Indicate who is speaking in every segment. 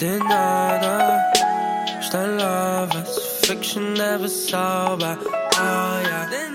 Speaker 1: de nada. J'suis un lover, ça fait que j'suis never sober. Oh yeah. De nada.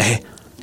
Speaker 2: Eh,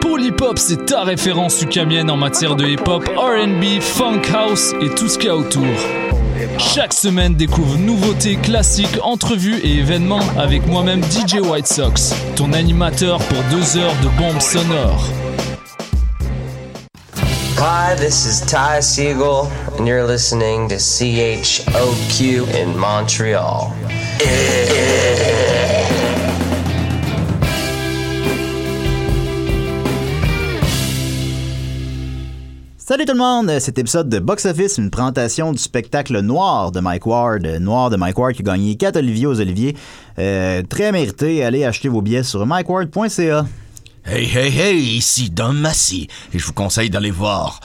Speaker 3: Polypop, c'est ta référence ukamienne en matière de hip-hop, RB, funk house et tout ce qu'il y a autour. Chaque semaine, découvre nouveautés, classiques, entrevues et événements avec moi-même DJ White Sox, ton animateur pour deux heures de bombes sonores.
Speaker 4: Hi, this is Ty Siegel, and you're listening to CHOQ in Montreal.
Speaker 5: Salut tout le monde! Cet épisode de Box Office, une présentation du spectacle Noir de Mike Ward. Noir de Mike Ward qui a gagné 4 Olivier aux Oliviers. Euh, très mérité. Allez acheter vos billets sur mikeward.ca.
Speaker 6: Hey, hey, hey, ici Don Massy, et je vous conseille d'aller voir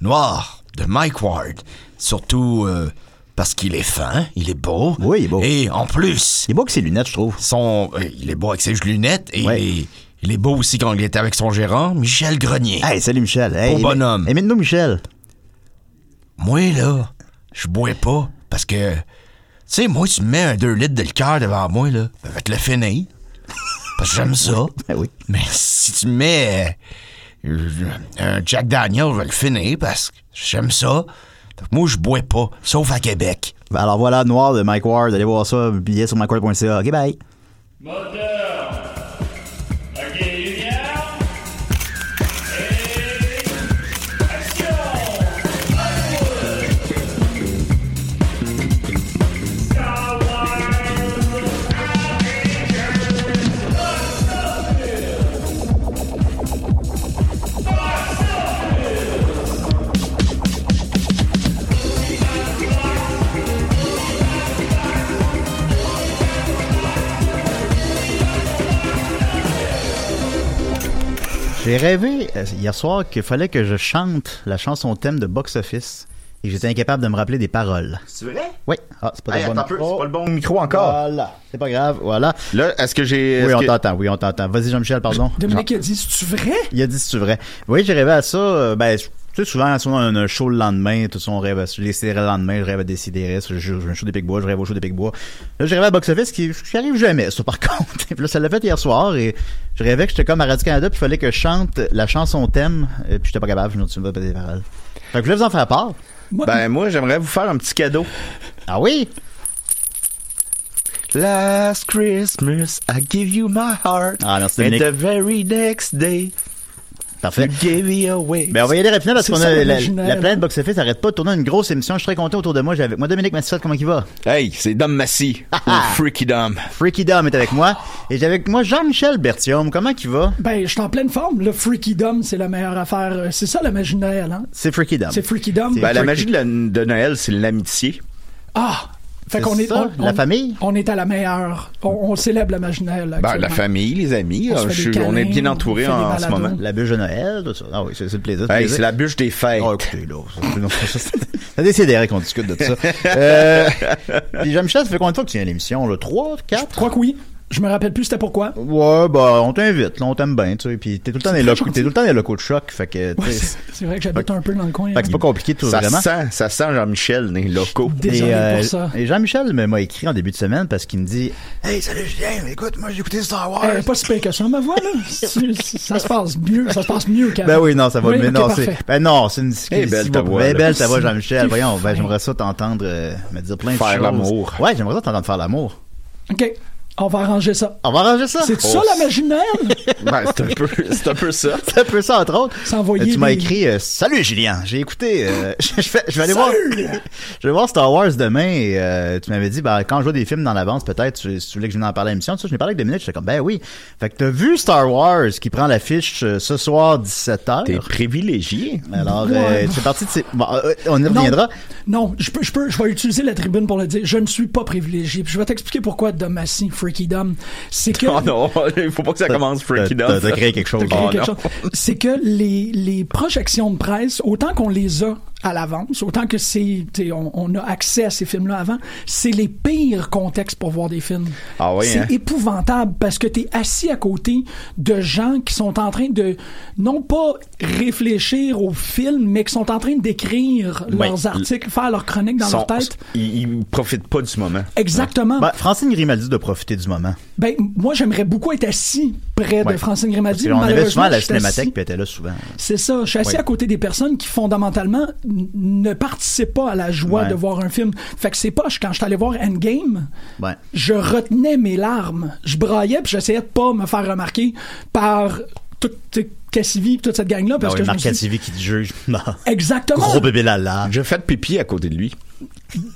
Speaker 6: Noir de Mike Ward. Surtout euh, parce qu'il est fin, il est beau.
Speaker 5: Oui, il est beau.
Speaker 6: Et en plus,
Speaker 5: Il est beau que ses lunettes, je trouve.
Speaker 6: son, euh, il est beau avec ses lunettes et
Speaker 5: Ouais.
Speaker 6: il, est, il est beau aussi quand il était avec son gérant, Michel Grenier.
Speaker 7: Ah,
Speaker 5: Hey, salut Michel. Hey,
Speaker 6: Beau bonhomme.
Speaker 5: aimez- Aimez-nous Michel.
Speaker 6: Moi, là, je bois pas parce que, tu sais, moi, tu me mets un 2 litres de liqueur devant moi, là, je vais te le finir. Parce que j'aime ça.
Speaker 5: Ben oui.
Speaker 6: Mais si tu mets euh, un Jack Daniel, je vais le finir parce que j'aime ça. Fait que Moi, je bois pas, sauf à Québec.
Speaker 5: Ben Alors voilà, Noir de Mike Ward. Allez voir ça. Billets sur mikeward.ca. Ok, bye. J'ai rêvé euh, hier soir qu'il fallait que je chante la chanson thème de Box Office et j'étais incapable de me rappeler des paroles.
Speaker 7: C'est vrai?
Speaker 5: Oui. Ah, c'est pas,
Speaker 7: Hey,
Speaker 5: de bonne-
Speaker 7: attends un peu, c'est pas le bon micro encore.
Speaker 5: Voilà. C'est pas grave. Voilà.
Speaker 7: Là, est-ce que j'ai.
Speaker 5: Oui,
Speaker 7: est-ce
Speaker 5: on
Speaker 7: que-
Speaker 5: t'entend, oui, on t'entend. Vas-y, Jean-Michel, pardon.
Speaker 8: Dominique a dit, c'est-tu vrai?
Speaker 5: Il a dit c'est vrai. Oui, j'ai rêvé à ça. euh, ben, je- tu sais, souvent, souvent, on a un show le lendemain, tout ça, on rêve à ça. Les séries le lendemain, je rêve à des CDRS, je je- j'ai un show des Picbois, je rêve au show des Picbois. Là, j'ai rêvé à Box Office, qui, j'y arrive jamais, ça, par contre. Puis là, ça l'a fait hier soir, et je rêvais que j'étais comme à Radio-Canada, puis il fallait que je chante la chanson thème, et puis j'étais pas capable, je me suis pas des paroles. Fait que je voulais vous en faire part.
Speaker 7: Ben, moi, j'aimerais vous faire un petit cadeau.
Speaker 5: Ah oui?
Speaker 7: Last Christmas, I give you my heart.
Speaker 5: Ah, merci,
Speaker 7: And
Speaker 5: Dominique.
Speaker 7: the very next day,
Speaker 5: Parfait.
Speaker 7: you gave it away.
Speaker 5: Ben, on va y aller rapidement parce
Speaker 8: C'est
Speaker 5: qu'on
Speaker 8: ça,
Speaker 5: a la,
Speaker 8: l'imaginaire.
Speaker 5: la planète Box Office arrête pas de tourner une grosse émission. Je suis très content autour de moi. J'ai avec moi Dominique Massifat, comment il va?
Speaker 7: Hey, c'est Dom Massy. ou
Speaker 6: Ah.
Speaker 7: Freaky Dom.
Speaker 5: Freaky Dom est avec moi. Et j'ai avec moi Jean-Michel Bertium. Comment qu'il va?
Speaker 8: Ben, je suis en pleine forme. Le freaky dom, c'est la meilleure affaire. Euh, C'est ça, l'imaginaire, hein?
Speaker 5: C'est Freaky Dom.
Speaker 8: C'est freaky dom.
Speaker 5: C'est-
Speaker 7: Ben, la
Speaker 5: Freaky-
Speaker 7: magie de, la- de Noël, c'est l'amitié.
Speaker 8: Ah! Fait
Speaker 5: C'est
Speaker 8: qu'on est.
Speaker 5: ça,
Speaker 8: on-
Speaker 5: la
Speaker 8: on-
Speaker 5: famille?
Speaker 8: On est à la meilleure. On, on célèbre l'imaginaire, là.
Speaker 7: Ben, la
Speaker 8: actuellement.
Speaker 7: famille, les amis.
Speaker 8: On
Speaker 7: euh,
Speaker 8: se fait
Speaker 7: je
Speaker 8: des
Speaker 7: suis- on est
Speaker 8: câlins,
Speaker 7: bien
Speaker 8: on
Speaker 7: entouré
Speaker 8: fait des
Speaker 7: en ce
Speaker 8: balados.
Speaker 7: moment.
Speaker 5: La bûche de Noël, tout ça. Ah oui, c'est c'est le plaisir.
Speaker 7: Hey, c'est la bûche des fêtes.
Speaker 5: Oh, écoutez, là. c'est- non, ça, c'est- Ça déciderait qu'on discute de tout ça. Euh, puis Jean-Michel, ça fait combien de fois que tu viens à l'émission? Là? Trois,
Speaker 8: Je
Speaker 5: quatre?
Speaker 8: crois que oui. Je me rappelle plus c'était pourquoi.
Speaker 5: Ouais, bah, on t'invite, là, on t'aime bien, tu sais. Puis t'es tout le temps
Speaker 8: C'est
Speaker 5: des
Speaker 8: très
Speaker 5: locaux,
Speaker 8: gentil.
Speaker 5: t'es tout le temps des locaux de choc, fait que, tu
Speaker 8: Ouais,
Speaker 5: sais.
Speaker 8: c'est c'est vrai que j'habite un peu dans le coin.
Speaker 5: Fait que c'est pas compliqué, tout
Speaker 8: Ça
Speaker 5: vraiment.
Speaker 8: sent-
Speaker 5: ça sent Jean-Michel, les locaux.
Speaker 8: Désolé pour ça.
Speaker 5: Et Jean-Michel me- m'a écrit en début de semaine parce qu'il me dit
Speaker 6: Hey, salut Julien, écoute, moi j'ai écouté Star Wars.
Speaker 8: Eh, pas si pire que ça, ma voix, là. Si- si- ça se passe mieux, ça se passe mieux qu'avant.
Speaker 5: Ben oui, non, ça va. mais
Speaker 8: ok,
Speaker 5: non,
Speaker 8: parfait.
Speaker 5: c'est. Ben non, c'est une discussion.
Speaker 8: Eh, belle ta voix,
Speaker 5: Ben
Speaker 8: là.
Speaker 5: belle ta voix,
Speaker 8: Merci.
Speaker 5: Jean-Michel.
Speaker 8: T'es
Speaker 5: Voyons, ben,
Speaker 8: fin.
Speaker 5: j'aimerais ça t'entendre euh, me dire plein de
Speaker 8: Faire
Speaker 5: choses.
Speaker 8: l'amour.
Speaker 5: Ouais, j'aimerais ça t'entendre faire l'amour.
Speaker 8: OK, Oh, on va arranger ça.
Speaker 5: On va arranger ça.
Speaker 8: C'est ça,
Speaker 5: Oh,
Speaker 8: la magie de Noël?
Speaker 5: Ben, c'est un peu, c'est un peu ça. c'est un peu ça, entre autres.
Speaker 8: S'envoyer
Speaker 5: Euh, tu m'as
Speaker 8: des-
Speaker 5: écrit, euh, salut Julien, j'ai écouté, euh, je, je vais, je vais aller voir,
Speaker 8: Salut!
Speaker 5: je vais voir Star Wars demain et euh, tu m'avais dit, ben, quand je vois des films dans l'avance, peut-être, tu, si tu voulais que je vienne en parler à l'émission, tu sais, je n'ai parlé avec Dominique, j'étais comme, ben oui. Fait que t'as vu Star Wars qui prend l'affiche euh, ce soir 17h. T'es privilégié. Alors, euh,
Speaker 8: Ouais.
Speaker 5: tu fais partie de ces, bon, euh, on y reviendra.
Speaker 8: Non, non, je peux, je peux, je vais utiliser la tribune pour le dire. Je ne suis pas privilégié. Puis je vais t'expliquer pourquoi Domacy, Freaky Dom. C'est que.
Speaker 9: Oh non, il faut pas que ça commence freaky
Speaker 5: T'as-
Speaker 9: Dom.
Speaker 5: t'as créé quelque chose.
Speaker 8: T'as créé
Speaker 9: Oh
Speaker 8: quelque
Speaker 9: non.
Speaker 8: chose. C'est que les, les projections de presse, autant qu'on les a à l'avance, autant que c'est, t'sais, on, on a accès à ces films-là avant, c'est les pires contextes pour voir des films.
Speaker 9: Ah oui,
Speaker 8: c'est
Speaker 9: hein?
Speaker 8: épouvantable parce que t'es assis à côté de gens qui sont en train de, non pas réfléchir au film, mais qui sont en train d'écrire
Speaker 9: Ouais.
Speaker 8: leurs articles, faire leurs chroniques dans
Speaker 9: Son-
Speaker 8: leur tête.
Speaker 9: Il, il profite pas du moment.
Speaker 8: Exactement.
Speaker 5: Ben, Francine Grimaldi de profiter du moment.
Speaker 8: Ben, moi, j'aimerais beaucoup être assis près
Speaker 5: Ouais.
Speaker 8: de Francine Grimaldi.
Speaker 5: on avait souvent à la
Speaker 8: Malheureusement, je suis assis-
Speaker 5: cinémathèque, puis elle était là souvent.
Speaker 8: C'est ça. Je suis assis
Speaker 5: Oui.
Speaker 8: à côté des personnes qui, fondamentalement, n- ne participent pas à la joie
Speaker 5: Ouais.
Speaker 8: de voir un film. Fait que c'est poche. Quand je suis allé voir Endgame,
Speaker 5: Ouais. Ah
Speaker 8: je retenais mes larmes. Je braillais, puis j'essayais de pas me faire remarquer par tout tu sais, Cassivi et toute cette gang-là. Parce
Speaker 5: Ah oui,
Speaker 8: que je me
Speaker 5: Marc
Speaker 8: suis dit,
Speaker 5: Cassivi qui te juge. Non.
Speaker 8: Exactement.
Speaker 5: Gros bébé lala. J'ai fait pipi à côté de lui.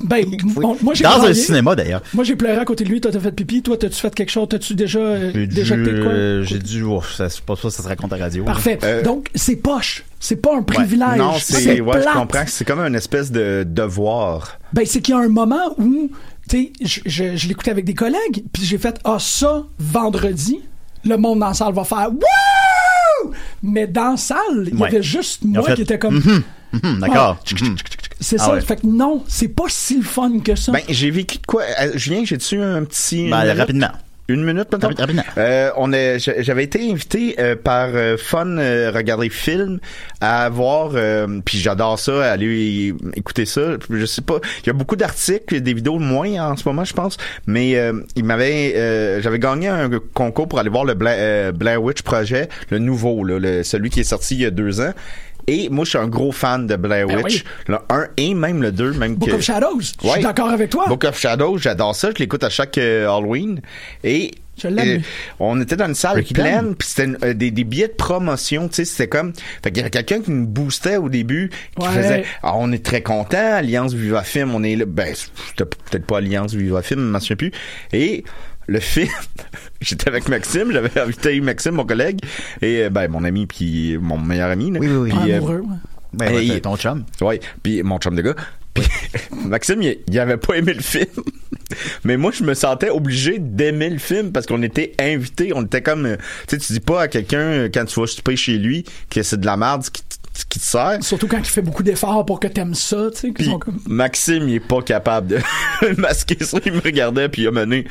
Speaker 8: ben, on- moi, j'ai
Speaker 5: Dans un
Speaker 8: braillé.
Speaker 5: cinéma, d'ailleurs.
Speaker 8: Moi, j'ai pleuré à côté de lui. Toi, t'as fait pipi. Toi, t'as-tu fait quelque chose? T'as-tu déjà euh,
Speaker 5: J'ai dû,
Speaker 8: déjecté de quoi?
Speaker 5: euh, j'ai dû, oh, ça, c'est pas ça, ça se raconte à radio. Euh,
Speaker 8: Parfait. Donc, c'est poche. C'est pas un privilège.
Speaker 9: Euh, Non, c'est. Ouais, je
Speaker 8: plate.
Speaker 9: comprends. que C'est comme une espèce de devoir.
Speaker 8: Ben, c'est qu'il y a un moment où, tu sais, je, je- je l'écoutais avec des collègues, puis j'ai fait Ah, ça, vendredi, le monde dans la salle va faire Wouh! Mais dans la salle, il
Speaker 5: Ouais.
Speaker 8: y avait juste
Speaker 5: Ils ont
Speaker 8: moi
Speaker 5: fait,
Speaker 8: qui était comme.
Speaker 5: Mhm, mhm, d'accord. Mhm.
Speaker 8: C'est
Speaker 9: mm-hmm. Ah
Speaker 8: ça.
Speaker 9: ouais.
Speaker 8: Fait que non, c'est pas si le fun que ça.
Speaker 9: Ben, j'ai vécu de quoi? Euh, Julien, j'ai-tu un petit.
Speaker 5: Ben,
Speaker 9: une minute?
Speaker 5: rapidement.
Speaker 9: Une minute, peut-être?
Speaker 5: Rapi- rapidement.
Speaker 9: Euh, on est, j'a- j'avais été invité euh, par euh, Fun euh, Regarder Film à voir, euh, puis j'adore ça, aller é- écouter ça. Puis Je sais pas, il y a beaucoup d'articles, des vidéos moins en ce moment, je pense, mais euh, il m'avait, euh, j'avais gagné un concours pour aller voir le Bla- euh, Blair Witch Project, le nouveau, là, le- celui qui est sorti il y a deux ans. Et moi, je suis un gros fan de Blair
Speaker 8: Ben
Speaker 9: Witch, le 1 et même le 2, même
Speaker 8: Book
Speaker 9: que-
Speaker 8: of Shadows, je suis
Speaker 9: Ouais.
Speaker 8: d'accord avec toi.
Speaker 9: Book of Shadows, j'adore ça, je l'écoute à chaque euh, Halloween. Et euh,
Speaker 8: Je l'aime, lui.
Speaker 9: on était dans une salle
Speaker 5: Ricky
Speaker 9: pleine,
Speaker 5: Dan.
Speaker 9: puis c'était une- euh, des, des billets de promotion, tu sais, c'était comme fait qu'il y avait quelqu'un qui nous boostait au début, qui
Speaker 8: Ouais.
Speaker 9: faisait ah, on est très content, Alliance Viva Film, on est là ben c'était peut-être pas Alliance Viva Film, je m'en souviens plus. Et le film, j'étais avec Maxime, j'avais invité Maxime, mon collègue, et euh, ben mon ami puis mon meilleur ami. là. Puis, euh,
Speaker 8: Amoureux, ouais.
Speaker 5: Ben,
Speaker 9: et-
Speaker 5: ouais, t'as ton chum.
Speaker 9: oui, puis mon chum de gars. Puis, Maxime, il, il avait pas aimé le film. Mais moi, je me sentais obligé d'aimer le film parce qu'on était invités. On était comme. euh, Tu sais, tu dis pas à quelqu'un euh, quand tu vas souper chez lui que c'est de la merde ce qui, t- ce qui te sert.
Speaker 8: Surtout quand il fait beaucoup d'efforts pour que t'aimes ça, tu sais. qu'ils
Speaker 9: Puis
Speaker 8: sont comme-
Speaker 9: Maxime, il est pas capable de masquer ça. Il me regardait, puis il a mené.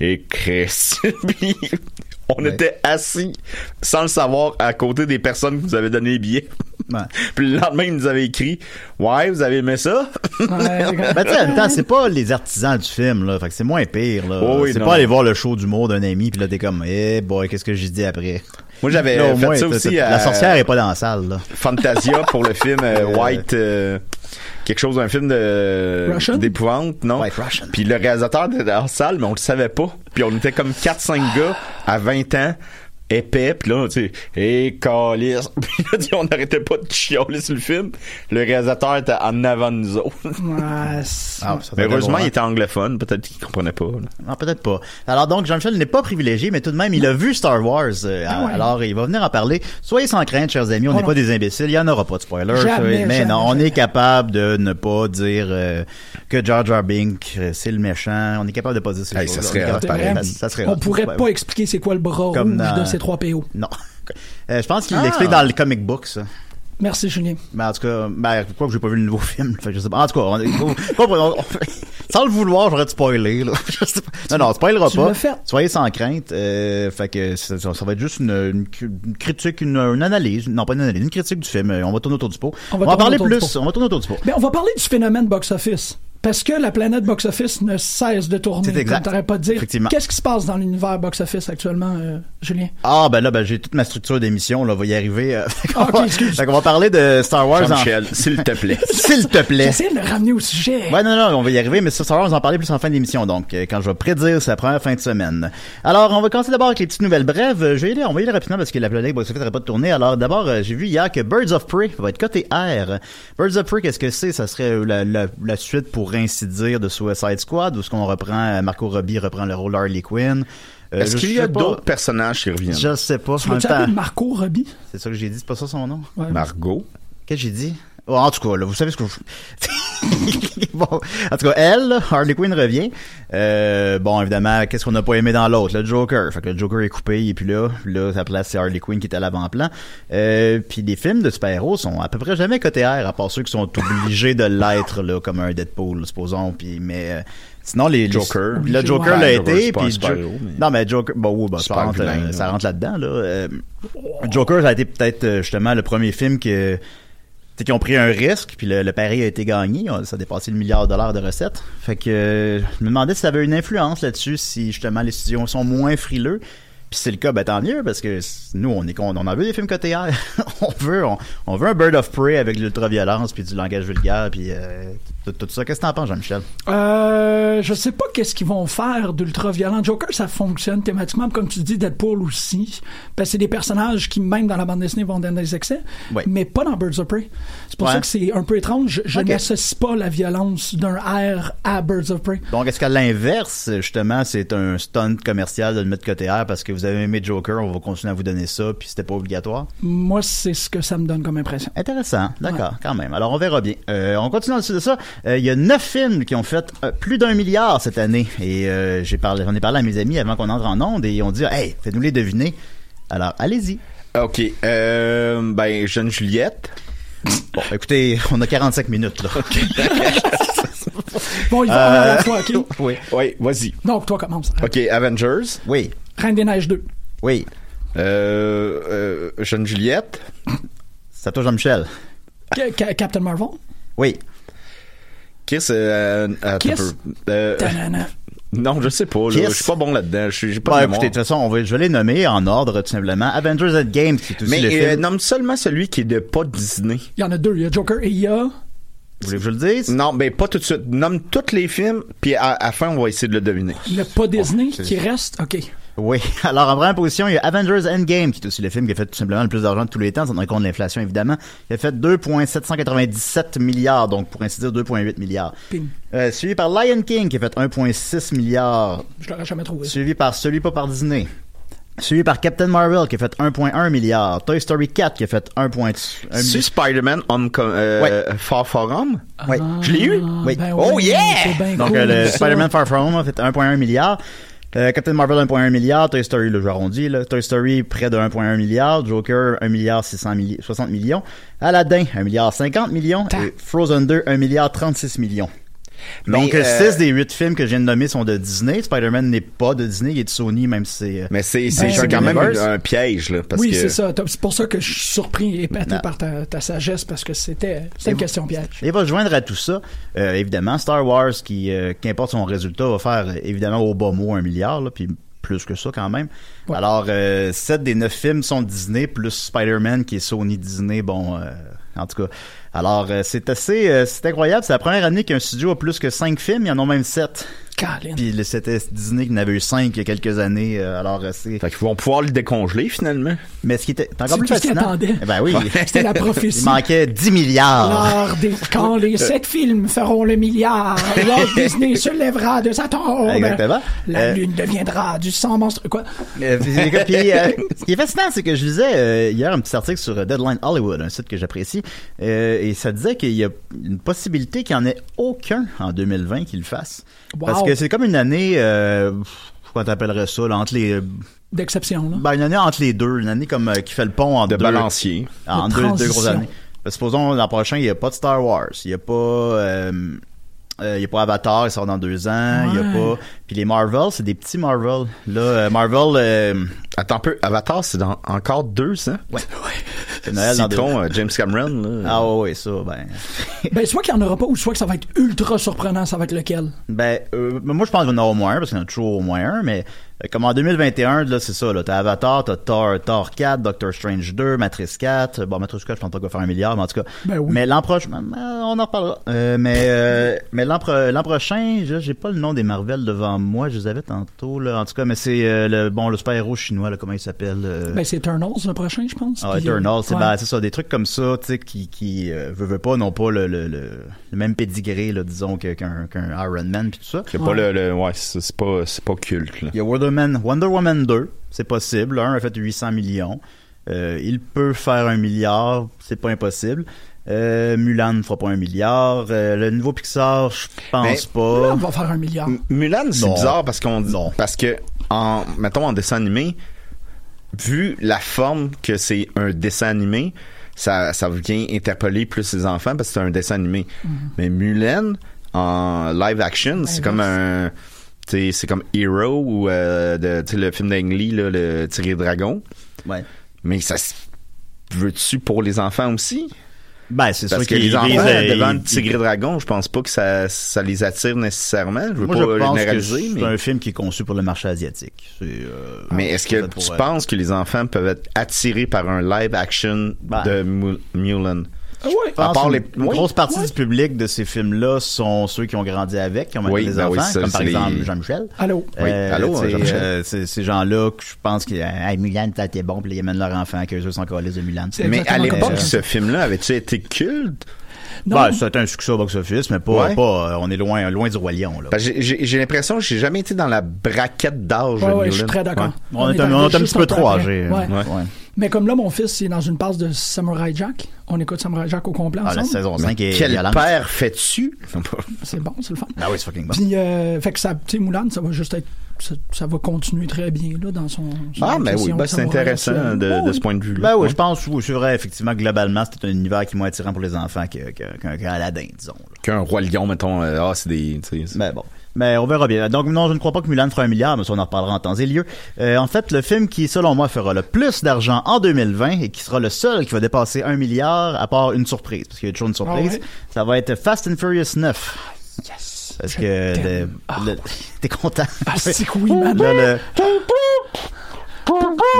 Speaker 9: Et Chris. Puis on était assis, sans le savoir, à côté des personnes qui nous avaient donné les billets.
Speaker 5: Ouais.
Speaker 9: Puis le lendemain, il nous avait écrit Ouais, vous avez aimé ça
Speaker 5: Ben, tu sais, en même temps, c'est pas les artisans du film, là. Fait que c'est moins pire, là.
Speaker 9: Oh oui,
Speaker 5: c'est
Speaker 9: non.
Speaker 5: pas aller voir le show d'humour d'un ami, puis là, t'es comme, eh boy, qu'est-ce que j'ai dit après?
Speaker 9: Moi, j'avais
Speaker 5: Là, au
Speaker 9: fait
Speaker 5: moins,
Speaker 9: ça
Speaker 5: t'as-
Speaker 9: aussi
Speaker 5: t'as-
Speaker 9: à-
Speaker 5: La sorcière est pas dans la salle, là.
Speaker 9: Fantasia pour le film euh, White euh, quelque chose un film de
Speaker 8: Russian?
Speaker 9: d'épouvante
Speaker 5: Euh,
Speaker 9: non puis le réalisateur était dans la salle mais on le savait pas puis on était comme 4 5 gars à 20 ans épais puis là tu sais et calice puis là tu sais, on n'arrêtait pas de chialer sur le film le réalisateur était en avant de nous autres
Speaker 8: Ouais, c'est-
Speaker 5: Ah,
Speaker 9: mais heureusement il
Speaker 5: il
Speaker 9: était anglophone peut-être qu'il comprenait pas là.
Speaker 5: Non, peut-être pas. Alors donc, Jean-Michel n'est pas privilégié, mais tout de même, il a vu Star Wars. euh,
Speaker 8: Ah ouais.
Speaker 5: Alors, il va venir en parler. Soyez sans crainte, chers amis, on
Speaker 8: Oh
Speaker 5: n'est
Speaker 8: non.
Speaker 5: pas des imbéciles. Il n'y en aura pas de spoilers.
Speaker 8: Jamais,
Speaker 5: euh, mais
Speaker 8: jamais,
Speaker 5: non, on est capable de ne pas dire euh, que Jar Jar Bink, euh, c'est le méchant. On est capable de pas dire ces
Speaker 9: Hey, ça
Speaker 5: choses-là.
Speaker 9: serait
Speaker 5: On est capable de
Speaker 9: hot,
Speaker 5: parler.
Speaker 9: pareil.
Speaker 5: Ça, ça serait
Speaker 8: On
Speaker 5: hot.
Speaker 8: pourrait
Speaker 5: Ouais,
Speaker 8: pas
Speaker 5: ouais.
Speaker 8: expliquer c'est quoi le bras
Speaker 5: Comme
Speaker 8: rouge
Speaker 5: dans-
Speaker 8: de ces trois PO.
Speaker 5: Non. Euh, je pense qu'il
Speaker 8: Ah.
Speaker 5: l'explique dans le comic book, ça.
Speaker 8: Merci, Julien.
Speaker 5: Mais en tout cas, ben, pourquoi que j'ai pas vu le nouveau film? Fait que je sais pas. En tout cas, on, on- on- on- Sans le vouloir, j'aurais spoilé. Là. Je sais pas. non, non, on spoilera
Speaker 8: tu
Speaker 5: pas.
Speaker 8: l'as fait.
Speaker 5: Soyez sans crainte. euh, fait que ça, ça- ça va être juste une, une cri- une critique, une, une analyse. Non, pas une analyse, une critique du film. Euh, On va tourner autour du pot.
Speaker 8: On
Speaker 5: On
Speaker 8: va
Speaker 5: va, en parler
Speaker 8: tourner autour du
Speaker 5: plus.
Speaker 8: pot.
Speaker 5: On va tourner autour du pot.
Speaker 8: Ben, on va parler du phénomène box-office. Parce que la planète box-office ne cesse de tourner.
Speaker 5: C'est exact.
Speaker 8: Comme t'aurais pas de dire.
Speaker 5: Effectivement.
Speaker 8: Qu'est-ce qui se passe dans l'univers box-office actuellement, euh, Julien?
Speaker 5: Ah ben là ben j'ai toute ma structure d'émission là va y arriver. euh, fait qu'on
Speaker 8: Ah, ok,
Speaker 5: va-
Speaker 8: excuse.
Speaker 5: fait qu'on va parler de Star Wars. en-
Speaker 9: Jean-Michel, s'il te plaît.
Speaker 5: S'il te plaît.
Speaker 8: J'essaie de le ramener au sujet.
Speaker 5: Ouais, non, non, on va y arriver, mais ça, ça va, on va en parler plus en fin d'émission, donc, euh, quand je vais prédire sa première fin de semaine. Alors, on va commencer d'abord avec les petites nouvelles brèves. Euh, Je vais y aller, on va y aller rapidement parce que la planète box office pas de tourner. Alors, d'abord, euh, j'ai vu hier que Birds of Prey va être coté R. Birds of Prey, qu'est-ce que c'est? Ça serait euh, la, la- la suite, pour ainsi dire, de Suicide Squad, où ce qu'on reprend, euh, Marco Robbie reprend le rôle Harley Quinn. Euh,
Speaker 9: Est-ce
Speaker 5: je
Speaker 9: qu'il y a
Speaker 5: sais pas.
Speaker 9: d'autres personnages qui reviennent?
Speaker 5: Je sais pas.
Speaker 8: Tu
Speaker 5: en même
Speaker 8: l'as-tu
Speaker 5: temps-
Speaker 8: appelé Marco Robbie?
Speaker 5: C'est ça que j'ai dit, c'est pas ça son nom?
Speaker 8: Ouais.
Speaker 9: Margot.
Speaker 5: Qu'est-ce que j'ai dit? Oh, en tout cas, là, vous savez ce que je... bon, en tout cas, elle, là, Harley Quinn revient. Euh, bon, évidemment, qu'est-ce qu'on n'a pas aimé dans l'autre? Le Joker. Fait que le Joker est coupé, il est plus là. Là, sa place, c'est Harley Quinn qui est à l'avant-plan. Euh, puis les films de super-héros sont à peu près jamais côté R, à part ceux qui sont obligés de l'être, là, comme un Deadpool, supposons. Puis, mais... euh, Sinon, les, les-
Speaker 9: Joker.
Speaker 5: le Joker
Speaker 9: Ouais,
Speaker 5: l'a
Speaker 9: Joker, c'est
Speaker 5: été,
Speaker 9: pas un
Speaker 5: puis Jo-
Speaker 9: super-héros, mais-
Speaker 5: non, mais Joker, bah oui, bah, ça,
Speaker 9: pas
Speaker 5: rentre,
Speaker 9: vilain,
Speaker 5: euh,
Speaker 9: là.
Speaker 5: ça rentre là-dedans. Là. Euh, Joker, ça a été peut-être euh, justement le premier film que, tu sais, qui ont pris un risque, puis le, le pari a été gagné. On- Ça a dépassé le milliard de dollars de recettes. Fait que euh, je me demandais si ça avait une influence là-dessus, si justement les studios sont moins frileux. Puis si c'est le cas, ben tant mieux, parce que c- nous, on est con- on en veut des films côté R. on veut, on, on veut un Bird of Prey avec de l'ultra-violence, puis du langage vulgaire, puis euh, tout, tout ça. Qu'est-ce que t'en penses, Jean-Michel?
Speaker 8: Euh, je sais pas qu'est-ce qu'ils vont faire d'ultra-violent. Joker, ça fonctionne thématiquement, comme tu dis, Deadpool aussi. Parce que c'est des personnages qui, même dans la bande dessinée, vont donner des excès,
Speaker 5: Ouais.
Speaker 8: mais pas dans Birds of Prey. C'est pour
Speaker 5: Ouais.
Speaker 8: ça que c'est un peu étrange. Je, je
Speaker 5: Ok.
Speaker 8: n'associe pas la violence d'un R à Birds of Prey.
Speaker 5: Donc, est-ce qu'à l'inverse, justement, c'est un stunt commercial de le mettre côté R parce que vous avez aimé Joker, on va continuer à vous donner ça, puis c'était pas obligatoire?
Speaker 8: Moi, c'est ce que ça me donne comme impression.
Speaker 5: Intéressant, d'accord, quand même. Alors, on verra bien. Euh, on continue ensuite de ça. Euh, Il y a neuf films qui ont fait euh, plus d'un milliard cette année. Et euh, j'ai parlé, j'en ai parlé à mes amis avant qu'on entre en onde et ils ont dit, hey, faites-nous les deviner. Alors, allez-y.
Speaker 9: OK. Euh, ben, jeune Juliette.
Speaker 5: Bon, écoutez, on a 45 minutes, là.
Speaker 8: Bon, il va en
Speaker 9: Euh,
Speaker 8: aller à la fois, OK?
Speaker 5: oui.
Speaker 9: Oui, vas-y.
Speaker 8: Donc, toi, commence.
Speaker 9: OK, Avengers.
Speaker 5: Oui.
Speaker 8: Reine des Neiges 2.
Speaker 5: Oui.
Speaker 9: Euh, euh, jeune Juliette.
Speaker 5: C'est à toi, Jean-Michel.
Speaker 8: Ca- Ca- Captain Marvel.
Speaker 9: Euh.
Speaker 5: Oui.
Speaker 9: Kiss. euh, attends
Speaker 8: Kiss?
Speaker 9: un peu. Euh,
Speaker 8: Ta-na-na.
Speaker 9: non, je sais pas. là.
Speaker 5: Kiss?
Speaker 9: Je suis pas bon là-dedans. Je suis- j'ai pas
Speaker 5: Bah,
Speaker 9: de
Speaker 5: écoutez, de toute
Speaker 9: mémoire.
Speaker 5: façon, on va, je vais les nommer en ordre, tout simplement. Avengers Endgame, qui est aussi
Speaker 9: Mais
Speaker 5: le
Speaker 9: euh,
Speaker 5: film.
Speaker 9: nomme seulement celui qui est de pas Disney.
Speaker 8: Il y en a deux. Il y a Joker et il y a...
Speaker 5: Vous voulez que je le dise?
Speaker 9: Non, ben pas tout de suite. Nomme tous les films, puis à, à la fin, on va essayer de le deviner.
Speaker 8: Le pas Disney
Speaker 5: c'est-
Speaker 8: qui reste. OK.
Speaker 5: Oui. Alors, en première position, il y a Avengers Endgame, qui est aussi le film qui a fait tout simplement le plus d'argent de tous les temps, sans tenir compte de l'inflation, évidemment. Il a fait 2,797 milliards, donc pour ainsi dire 2,8 milliards.
Speaker 8: Ping.
Speaker 5: Euh, suivi par Lion King, qui a fait 1,6 milliard.
Speaker 8: Je l'aurais jamais trouvé.
Speaker 5: Suivi par celui pas par Disney. Suivi par Captain Marvel, qui a fait 1,1 milliard. Toy Story 4, qui a fait 1,1
Speaker 9: C'est
Speaker 5: milliard.
Speaker 9: Spider-Man Homecom- euh, Far From Home?
Speaker 5: Oui.
Speaker 9: Je l'ai eu?
Speaker 5: Oui.
Speaker 8: Ben
Speaker 9: Oh,
Speaker 8: oui,
Speaker 9: yeah!
Speaker 8: c'est ben
Speaker 5: Donc,
Speaker 8: cool,
Speaker 5: euh, le
Speaker 8: ça.
Speaker 5: Spider-Man Far From Home a fait 1,1 milliard. Euh, Captain Marvel 1,1 milliard, Toy Story, le j'arrondis, là, Toy Story près de 1,1 milliard, Joker 1 milliard 600 milli- 60 millions, Aladdin 1 milliard 50 millions,
Speaker 8: Ta-
Speaker 5: et Frozen 2 1 milliard 36 millions.
Speaker 9: Mais,
Speaker 5: Donc
Speaker 9: euh,
Speaker 5: 6 des 8 films que je viens de nommer sont de Disney, Spider-Man n'est pas de Disney, il est de Sony même si c'est... euh,
Speaker 9: Mais c'est c'est-
Speaker 8: Ben,
Speaker 9: c'est quand même
Speaker 5: Universe.
Speaker 9: un, un piège, là. Parce
Speaker 8: oui,
Speaker 9: que...
Speaker 8: c'est ça. T'as- C'est pour ça que je suis surpris et épaté
Speaker 5: Non.
Speaker 8: par ta, ta sagesse parce que c'était
Speaker 5: Et
Speaker 8: c'était une
Speaker 5: vous-
Speaker 8: question piège.
Speaker 5: Et va se joindre à tout ça, euh, évidemment, Star Wars, qui, euh, qu'importe son résultat, va faire euh, évidemment au bas mot un milliard, là, puis plus que ça quand même.
Speaker 8: Ouais.
Speaker 5: Alors, euh, 7 des 9 films sont Disney, plus Spider-Man qui est Sony Disney, bon, euh, en tout cas. Alors, euh, c'est assez, euh, c'est incroyable, c'est la première année qu'un studio a plus que 5 films, il y en a même 7.
Speaker 8: Colin.
Speaker 5: Puis le- c'était Disney qui en avait eu 5 il y a quelques années, euh, alors euh, c'est...
Speaker 9: Fait qu'ils vont pouvoir le décongeler, finalement.
Speaker 5: Mais ce qui était c'est encore
Speaker 8: C'est
Speaker 5: plus
Speaker 8: tout ce qu'il
Speaker 5: fascinant...
Speaker 8: attendait.
Speaker 5: Eh Ben oui,
Speaker 8: C'était la
Speaker 5: il
Speaker 8: prophétie. Ah,
Speaker 5: manquait 10 milliards.
Speaker 8: L'art des... Quand
Speaker 5: Euh.
Speaker 8: les sept films feront le milliard, Walt Disney se lèvera de sa tombe.
Speaker 5: Exactement.
Speaker 8: La
Speaker 5: Euh,
Speaker 8: lune deviendra du sang monstre. Quoi?
Speaker 5: Euh, puis, écoute, puis, euh, ce qui est fascinant, c'est que je lisais euh, hier un petit article sur euh, Deadline Hollywood, un site que j'apprécie, euh, et ça disait qu'il y a une possibilité qu'il n'y en ait aucun en 2020 qui le fasse.
Speaker 8: Wow.
Speaker 5: Parce que c'est comme une année, euh, comment t'appellerais ça, là, entre les,
Speaker 8: D'exception, là.
Speaker 5: ben, une année entre les deux, une année comme euh, qui fait le pont entre
Speaker 9: De
Speaker 5: deux,
Speaker 9: balancier.
Speaker 5: en
Speaker 8: De
Speaker 5: deux, deux
Speaker 8: transition.
Speaker 5: grosses années. Parce que supposons l'an prochain, il n'y a pas de Star Wars, il n'y a pas euh, Euh, Il n'y a pas Avatar, il sort dans deux ans. Il y a
Speaker 8: Ouais.
Speaker 5: pas. Puis les Marvel, c'est des petits Marvel. Là, euh, Marvel.
Speaker 9: Attends un peu, Avatar, c'est dans encore deux hein? ans?
Speaker 5: Ouais. C'est Noël dans deux
Speaker 9: Citron,
Speaker 5: ans.
Speaker 9: euh, James Cameron. là.
Speaker 5: Ah ouais, ouais, ça, ben.
Speaker 8: Ben, soit qu'il n'y en aura pas, ou soit que ça va être ultra surprenant, ça va être lequel.
Speaker 5: Ben, euh, ben, moi, je pense qu'il y en a au moins un, parce qu'il y en a toujours au moins un, mais euh, comme en 2021, là, c'est ça, là. T'as Avatar, t'as Thor, Thor 4, Doctor Strange 2, Matrice 4. euh, Bon, Matrice 4, je pense pas qu'on va faire un milliard, mais en tout cas.
Speaker 8: Ben oui.
Speaker 5: Mais l'an prochain, ben, ben, on en reparlera. Euh, mais euh, mais l'an, pro- l'an prochain, je- j'ai pas le nom des Marvel devant moi, je les avais tantôt, là. En tout cas, mais c'est euh, le, bon, le super-héros chinois, là, comment il s'appelle? euh,
Speaker 8: Ben, c'est Eternals le prochain, je pense.
Speaker 5: ah,
Speaker 8: Puis, euh,
Speaker 5: Eternal, c'est
Speaker 8: ouais.
Speaker 5: ben, c'est ça, des trucs comme ça, tu sais, qui, qui euh, veut, veut pas, n'ont pas le, le, le, le même pedigree, là, disons, que- qu'un qu'un Iron Man puis tout ça.
Speaker 9: C'est pas le, le- ouais, c'est c'est pas, c'est pas culte. là.
Speaker 5: Il y a Wonder Woman, Wonder Woman 2, c'est possible. Un a fait 800 millions. Euh, il peut faire un milliard, c'est pas impossible. Euh, Mulan ne fera pas un milliard. Euh, le nouveau Pixar, je pense
Speaker 9: Mais-
Speaker 5: pas.
Speaker 8: On va faire un milliard.
Speaker 5: Mm,
Speaker 9: M- Mulan, c'est
Speaker 5: Non.
Speaker 9: bizarre Ah, parce qu'on parce que en mettons en dessin animé, vu la forme que c'est un dessin animé, ça ça vient interpeller plus les enfants parce que c'est un dessin animé. Mais Mulan en live action, c'est
Speaker 8: Ben,
Speaker 9: comme un tu sais, c'est comme Hero ou euh, de- tu sais, le film d'Ang Lee, là, le Tiré Dragon.
Speaker 5: Ouais.
Speaker 9: Mais ça se- veux-tu pour les enfants aussi?
Speaker 5: Ben, c'est
Speaker 9: Parce
Speaker 5: sûr
Speaker 9: que
Speaker 5: qu'ils-
Speaker 9: les enfants,
Speaker 5: ils-
Speaker 9: devant
Speaker 5: ils-
Speaker 9: le Tigre et Dragon, je pense pas que ça, ça les attire nécessairement. Je veux
Speaker 5: Moi,
Speaker 9: pas
Speaker 5: je pense que
Speaker 9: généraliser,
Speaker 5: c'est
Speaker 9: mais.
Speaker 5: un film qui est conçu pour le marché asiatique. C'est, euh,
Speaker 9: Mais est-ce
Speaker 5: c'est
Speaker 9: que
Speaker 5: fait pour,
Speaker 9: tu
Speaker 5: euh,
Speaker 9: penses que les enfants peuvent être attirés par un live action
Speaker 5: ben,
Speaker 9: de Mu- Mulan?
Speaker 8: Ah ouais.
Speaker 5: Je pense
Speaker 9: À part
Speaker 5: une-
Speaker 9: les-
Speaker 5: une
Speaker 9: oui.
Speaker 5: grosse partie
Speaker 9: Ouais.
Speaker 5: du public de ces films-là sont ceux qui ont grandi avec, qui ont
Speaker 9: Oui,
Speaker 5: des
Speaker 9: ben oui,
Speaker 5: enfants,
Speaker 9: ça,
Speaker 5: comme par
Speaker 9: c'est les-
Speaker 5: exemple Jean-Michel.
Speaker 8: Allô?
Speaker 9: Oui, allô,
Speaker 5: tu sais,
Speaker 9: Jean-Michel.
Speaker 5: euh, c'est- ces gens-là, que je pense que euh, hey, Mulan, t'as été bon, puis là, ils amènent leur enfant, qu'eux autres sont collés de Mulan.
Speaker 9: Mais à l'époque,
Speaker 5: c'est
Speaker 9: ce film-là avait-tu été culte?
Speaker 5: ben, c'était un succès au box-office, mais pas,
Speaker 9: Ouais.
Speaker 5: pas, euh, on est loin, loin du Roi Lion. Là.
Speaker 9: Parce que j'ai- J'ai j'ai l'impression que j'ai jamais été dans la braquette d'âge.
Speaker 8: Ouais,
Speaker 9: de
Speaker 8: ouais, je suis
Speaker 9: Mulan.
Speaker 8: très d'accord.
Speaker 9: Ouais.
Speaker 5: On est un- on est un petit peu trop âgés,
Speaker 8: Ouais.
Speaker 5: euh, ouais.
Speaker 8: Mais comme là, mon fils, il est dans une passe de Samurai Jack. On écoute Samurai Jack au complet
Speaker 5: Ah, la
Speaker 8: ensemble.
Speaker 5: saison 5 est
Speaker 9: Quel
Speaker 5: violente.
Speaker 9: père fais-tu?
Speaker 8: C'est bon, c'est le fun.
Speaker 5: Ah oui, c'est fucking bon.
Speaker 8: Puis, euh, fait que ça, tu sais, Moulin, ça va juste être. Ça, ça va continuer très bien, là, dans son. son
Speaker 9: Ah, mais oui,
Speaker 8: impression
Speaker 9: ben,
Speaker 8: de
Speaker 9: c'est
Speaker 8: Samouraï
Speaker 9: intéressant
Speaker 8: actuel.
Speaker 9: de,
Speaker 8: Ouais,
Speaker 9: de ce point de vue-là.
Speaker 5: Ben oui,
Speaker 9: Ouais.
Speaker 5: je pense, oui, c'est vrai, effectivement, globalement, c'était un univers qui est moins attirant pour les enfants que- que- qu'un qu'un Aladdin, disons.
Speaker 9: Qu'un roi lion, mettons, euh, ah, c'est des. tu sais,
Speaker 5: Mais bon. Mais on verra bien. Donc, non, je ne crois pas que Mulan fera un milliard, mais ça, on en reparlera en temps et lieu. Euh, en fait, le film qui, selon moi, fera le plus d'argent en 2020 et qui sera le seul qui va dépasser un milliard, à part une surprise, parce qu'il y a toujours une surprise,
Speaker 8: Ah ouais?
Speaker 5: ça va être Fast and Furious 9.
Speaker 8: Yes.
Speaker 5: Parce
Speaker 8: Je
Speaker 5: que
Speaker 8: t'aime.
Speaker 5: le- le- t'es content.
Speaker 8: Ah, c'est que oui, man.
Speaker 5: Là, le-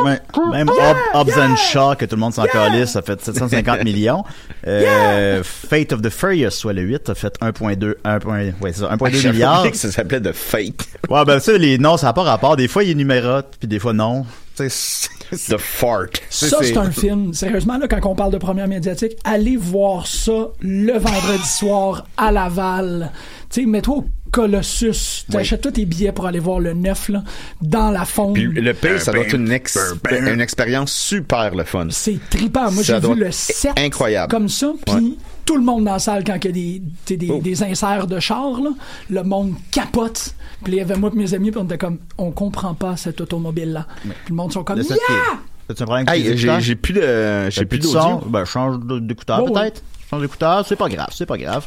Speaker 5: Ouais. Même
Speaker 9: Oh,
Speaker 5: Hob- Hobbs and Shaw, que tout le monde s'en calisse, ça fait 750 millions. Euh, Fate of the Furious, soit le 8, a fait 1.2 1 point- ouais, c'est ça, 1.2
Speaker 9: J'avais
Speaker 5: milliards.
Speaker 9: oublié Ah, que ça s'appelait The Fate.
Speaker 5: Ouais, ben ça, les noms, ça n'a pas rapport. Des fois, ils numérotent, puis des fois, non. Tu sais,
Speaker 9: The Fart.
Speaker 8: Ça, c'est un film. Sérieusement, là, quand on parle de première médiatique, allez voir ça le vendredi
Speaker 9: Ah!
Speaker 8: soir à Laval. Tu sais, mets-toi au Colossus. T'achètes tous tes billets pour aller voir le 9, là, dans la fonte.
Speaker 9: Puis le pire, ça doit être une, ex- une expérience super le fun.
Speaker 8: C'est trippant. Moi,
Speaker 9: Ça
Speaker 8: j'ai
Speaker 9: doit
Speaker 8: vu le
Speaker 9: être
Speaker 8: 7
Speaker 9: incroyable.
Speaker 8: comme ça, puis
Speaker 9: Ouais. Oh.
Speaker 8: tout le monde dans la salle, quand il y a des, t'sais, des, des inserts de char, là, le monde capote. Puis il y avait moi et mes amis, puis on était comme, on comprend pas cette automobile-là. Puis le monde sont comme,
Speaker 5: Le
Speaker 8: yeah!
Speaker 5: seul qui est- T'as-tu un problème avec tes
Speaker 9: Hey,
Speaker 5: écouteurs?
Speaker 9: j'ai j'ai plus de,
Speaker 5: T'as
Speaker 9: j'ai plus
Speaker 5: de
Speaker 9: d'audio.
Speaker 5: son? Ben, change d- d'écouteur,
Speaker 8: Ouais, ouais.
Speaker 5: peut-être. Change d'écouteur, c'est pas grave, c'est pas grave.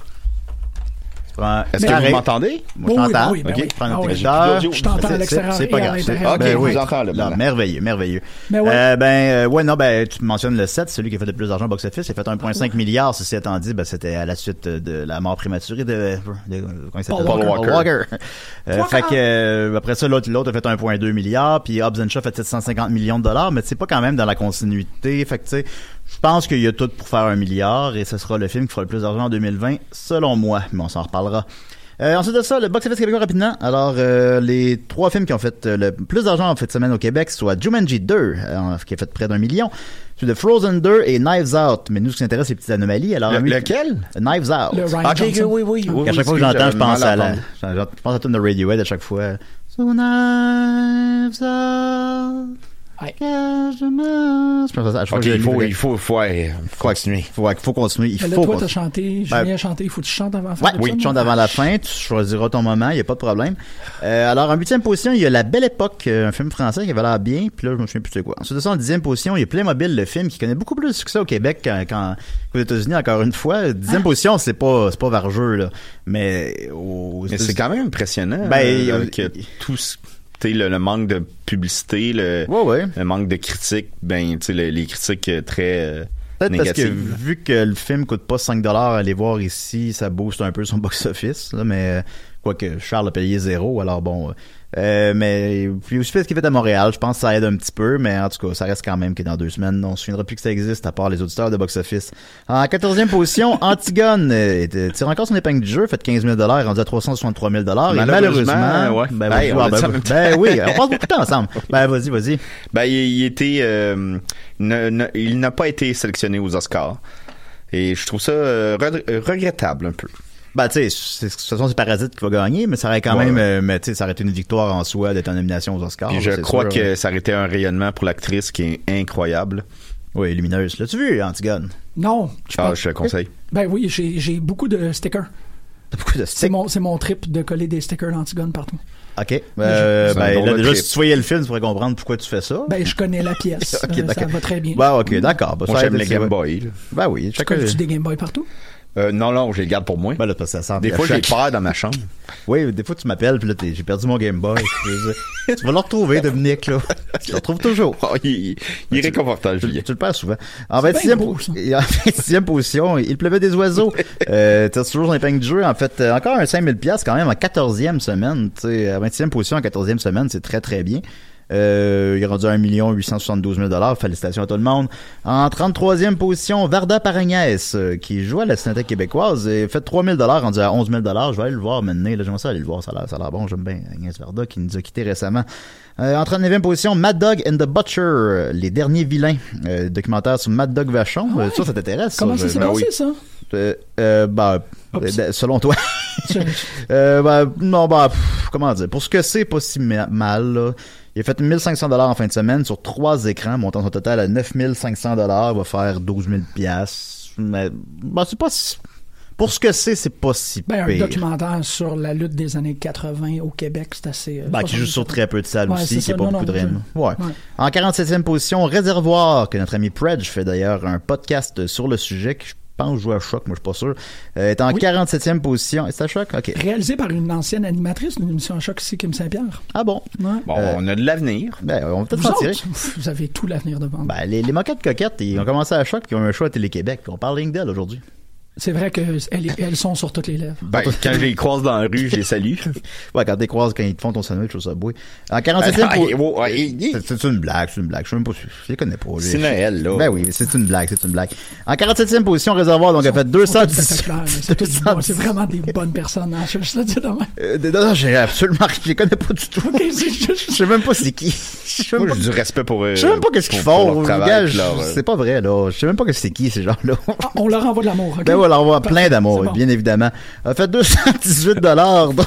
Speaker 5: Tu prends-
Speaker 9: Est-ce
Speaker 5: Mais
Speaker 9: que vous
Speaker 5: arrête.
Speaker 9: m'entendez?
Speaker 5: Moi, je
Speaker 8: Oui, oui,
Speaker 5: t'entends.
Speaker 8: oui, ben
Speaker 5: Ok,
Speaker 8: oui.
Speaker 5: prends
Speaker 8: Ah
Speaker 5: notre
Speaker 8: oui.
Speaker 5: écouteur.
Speaker 8: Je t'entends à
Speaker 5: C'est- c'est-
Speaker 8: l'extérieur
Speaker 5: C'est pas
Speaker 8: et à
Speaker 5: grave.
Speaker 8: l'intérieur.
Speaker 9: Ok, je vous entends, là,
Speaker 5: Là,
Speaker 9: maintenant.
Speaker 5: merveilleux, merveilleux.
Speaker 8: Ben ouais.
Speaker 5: Euh, ben, euh, ouais, non, ben, tu mentionnes le 7, celui qui a fait le plus d'argent au box-office. Il a fait 1,5 milliard, ceci étant dit. Ben, c'était à la suite de la mort prématurée de, de- comment il s'appelle?
Speaker 9: Paul Walker.
Speaker 5: Euh, fait que, euh, après ça, l'autre, l'autre a fait 1,2 milliard, puis Hobbs Shaw a fait 750 millions de dollars, mais c'est pas quand même dans la continuité. Fait que, tu sais, je pense qu'il y a tout pour faire un milliard, et ce sera le film qui fera le plus d'argent en 2020, selon moi, mais on s'en reparlera. Euh, ensuite de ça, le box-office québécois rapidement. Alors, euh, les trois films qui ont fait euh, le plus d'argent en fin de semaine au Québec, soit Jumanji 2, euh, qui a fait près d'un million, celui de Frozen 2 et Knives Out. Mais nous, ce qui intéresse, c'est les petites anomalies. Alors,
Speaker 9: Le-
Speaker 5: ami-
Speaker 9: lequel? Ah,
Speaker 5: Knives Out.
Speaker 8: Le Ryan
Speaker 9: Ok,
Speaker 8: Johnson.
Speaker 9: oui, oui, oui.
Speaker 5: À chaque fois que j'entends, je pense à la, je pense à la tune de Radiohead à chaque fois. So knives out. Je pense à ça. Je crois
Speaker 9: Ok,
Speaker 5: que j'ai
Speaker 9: il faut,
Speaker 5: livré.
Speaker 9: il faut, faut, ouais, faut continuer.
Speaker 5: Faut, faut continuer. Il
Speaker 8: Mais là,
Speaker 5: faut
Speaker 8: toi, t'as
Speaker 5: continuer.
Speaker 8: chanté,
Speaker 5: Ben,
Speaker 8: Julien a chanté, il faut que tu chantes avant la fin
Speaker 5: Ouais,
Speaker 8: de
Speaker 5: oui,
Speaker 8: ça,
Speaker 5: tu chantes
Speaker 8: non?
Speaker 5: avant la fin, tu choisiras ton moment, il n'y a pas de problème. Euh, alors, en huitième position, il y a La Belle Époque, euh, un film français qui avait l'air bien, puis là, je me souviens plus c'est quoi. Ensuite de ça, en dixième position, il y a Playmobil, le film qui connaît beaucoup plus de succès au Québec qu'en- qu'en- qu'aux États-Unis, encore une fois.
Speaker 8: Ah.
Speaker 5: Dixième position, c'est pas, c'est pas vargeux, là. Mais, aux
Speaker 9: Mais c'est quand même impressionnant.
Speaker 5: Ben,
Speaker 9: euh, avec euh, tout ce- tu sais, le, le manque de publicité, le, le manque de critiques, ben, tu sais, le- les critiques euh, très euh,
Speaker 5: Peut-être parce que
Speaker 9: négatives.
Speaker 5: vu que le film coûte pas 5 aller voir ici, ça booste un peu son box-office. là, Mais euh, quoique Charles a payé zéro, alors bon. euh, euh, mais puis aussi parce qu'il est fait à Montréal, je pense que ça aide un petit peu, mais en tout cas, ça reste quand même que dans deux semaines, on se souviendra plus que ça existe à part les auditeurs de box-office. En 14e position, Antigone euh, est, euh, tire encore son épingle du jeu, fait 15 000 rendu à 363 000 et
Speaker 9: Malheureusement,
Speaker 5: malheureusement,
Speaker 9: ouais.
Speaker 5: ben,
Speaker 9: Hey,
Speaker 5: vas-y,
Speaker 9: on
Speaker 5: ah,
Speaker 9: a dit ça en
Speaker 5: ben,
Speaker 9: même temps.
Speaker 5: ben oui, on passe beaucoup de temps ensemble. Ben vas-y, vas-y.
Speaker 9: Ben, il, il était, euh, ne- ne- il n'a pas été sélectionné aux Oscars. Et je trouve ça euh, re- euh, regrettable un peu.
Speaker 5: Ben, tu sais, c'est- de toute façon, c'est Parasite qui va gagner, mais ça aurait quand
Speaker 9: Ouais,
Speaker 5: même,
Speaker 9: ouais.
Speaker 5: euh, mais tu sais, ça aurait été une victoire en soi d'être en nomination aux Oscars.
Speaker 9: Et je
Speaker 5: c'est
Speaker 9: crois
Speaker 5: sûr.
Speaker 9: que ça aurait été un rayonnement pour l'actrice qui est incroyable.
Speaker 5: Oui, lumineuse. L'as-tu vu, Antigone?
Speaker 8: Non.
Speaker 9: Ah, je te le conseille.
Speaker 8: Ben oui, j'ai j'ai beaucoup de stickers.
Speaker 5: beaucoup de
Speaker 8: C'est mon, c'est mon trip de coller des stickers d'Antigone partout.
Speaker 5: OK. Euh,
Speaker 8: C'est un
Speaker 5: ben,
Speaker 8: drôle
Speaker 5: là,
Speaker 8: de
Speaker 5: déjà,
Speaker 8: trip.
Speaker 5: si tu voyais le film, tu pourrais comprendre pourquoi tu fais ça.
Speaker 8: Ben, je connais la pièce.
Speaker 5: Ok,
Speaker 8: Euh, ça
Speaker 5: d'accord.
Speaker 8: va très bien.
Speaker 5: Ben, OK, d'accord. Ben,
Speaker 9: Moi,
Speaker 5: ça
Speaker 9: j'aime
Speaker 5: aide,
Speaker 9: les
Speaker 5: ça va.
Speaker 9: Game Boy. là.
Speaker 5: Ben oui, chacun.
Speaker 8: Colles-tu des Game Boy partout?
Speaker 9: Euh, non, non, je les garde pour moi.
Speaker 5: Ben, là, parce que ça sent
Speaker 9: Des
Speaker 5: la
Speaker 9: fois, j'ai
Speaker 5: chaque-
Speaker 9: peur dans ma chambre.
Speaker 5: Oui, des fois, tu m'appelles, puis là, t'es- j'ai perdu mon Game Boy. Je veux dire, tu vas le retrouver, Dominique, là. Tu le retrouves toujours.
Speaker 9: Oh, il, est réconfortant,
Speaker 5: Tu, tu le perds souvent. En
Speaker 8: C'est
Speaker 5: 26e,
Speaker 8: bien beau,
Speaker 5: po- et en 26e position, il pleuvait des oiseaux. Euh, t'as toujours son épingle de jeu. En fait, euh, encore un 5000 pièces quand même en 14e semaine. Tu sais, à 26e position en 14e semaine, c'est très, très bien. Euh, il est rendu à 1 872 000 Félicitations à tout le monde. En 33e position, Varda Paragnès, euh, qui joue à la Cinéthèque québécoise, et fait 3 000 rendu à 11 000 Je vais aller le voir maintenant. Là, j'aimerais ça aller le voir. Ça a l'air, ça a l'air bon. J'aime bien Agnès Varda, qui nous a quittés récemment. Euh, en 39e position, Mad Dog and the Butcher, euh, les derniers vilains. Euh, documentaire sur Mad Dog Vachon. Euh, ça, ça t'intéresse?
Speaker 8: Ah Comment
Speaker 5: je-
Speaker 8: ça s'est
Speaker 5: ben
Speaker 8: passé,
Speaker 5: oui.
Speaker 8: ça?
Speaker 5: Euh, euh, bah, euh, selon toi. euh, bah, non, bah, pff, comment dire. Pour ce que c'est, pas si ma- mal, là. Il a fait 1500 dollars en fin de semaine sur trois écrans, montant son total à 9500 dollars, va faire 12 000 piastres. Mais, bah, c'est pas si- Pour ce que c'est, c'est pas si
Speaker 8: Ben, un
Speaker 5: pire.
Speaker 8: documentaire sur la lutte des années 80 au Québec, c'est assez. euh,
Speaker 5: Ben, qui joue sur très peu de salles
Speaker 8: Ouais,
Speaker 5: aussi, qui
Speaker 8: c'est
Speaker 5: n'a
Speaker 8: ça.
Speaker 5: pas
Speaker 8: Non,
Speaker 5: beaucoup de
Speaker 8: non,
Speaker 5: rythme.
Speaker 8: je-
Speaker 5: Ouais.
Speaker 8: ouais.
Speaker 5: En 47e position, Réservoir, que notre ami Predge fait d'ailleurs un podcast sur le sujet que je pense jouer à choc, moi je suis pas sûr. Euh, est en 47e position. C'est à choc? OK.
Speaker 8: Réalisé par une ancienne animatrice d'une émission à choc ici, Kim Saint-Pierre.
Speaker 5: Ah bon?
Speaker 8: Ouais.
Speaker 9: Bon, on a de l'avenir.
Speaker 5: Ben, on va peut-être
Speaker 8: Vous,
Speaker 5: s'en tirer.
Speaker 8: autres, vous avez tout l'avenir devant vous.
Speaker 5: Ben, les, les moquettes coquettes, ils ont commencé à choc, puis ils ont eu un choix à Télé-Québec. puis On parle rien que d'elles aujourd'hui.
Speaker 8: C'est vrai qu'elles elles sont sur toutes les lèvres.
Speaker 9: Ben, quand je les croise dans la rue, je les salue.
Speaker 5: Ouais, quand t'es croises, quand ils te font ton sandwich, au Subway. En 47e
Speaker 9: Ben,
Speaker 5: po-
Speaker 9: hey, wow, hey, hey.
Speaker 5: C'est- C'est une blague, c'est une blague. Je sais même pas si je les connais pas. les-
Speaker 9: C'est Noël, là.
Speaker 5: Ben oui, c'est une blague, c'est une blague. En 47e position, Réservoir, donc, a fait
Speaker 8: Tout à
Speaker 5: 210.
Speaker 8: fait clair, là. C'est tout du bon. C'est vraiment des bonnes personnes. hein. Je je le dis de même.
Speaker 5: Euh, non, non, j'ai absolument rien. Je les connais pas du tout. Je sais même pas c'est qui. Je sais même
Speaker 9: Moi,
Speaker 5: pas,
Speaker 9: j'ai du respect pour eux.
Speaker 5: je sais même pas qu'est-ce qu'ils
Speaker 9: leur
Speaker 5: font. gars,
Speaker 9: travail,
Speaker 5: je-
Speaker 9: puis leur, euh,
Speaker 5: C'est pas vrai, là. Je sais même pas que c'est qui, ces gens-là.
Speaker 8: Ah, on leur envoie de l'amour. ok?
Speaker 5: Ben oui, alors on va plein d'amour,
Speaker 8: C'est bon.
Speaker 5: bien évidemment. A fait 218 dollars, donc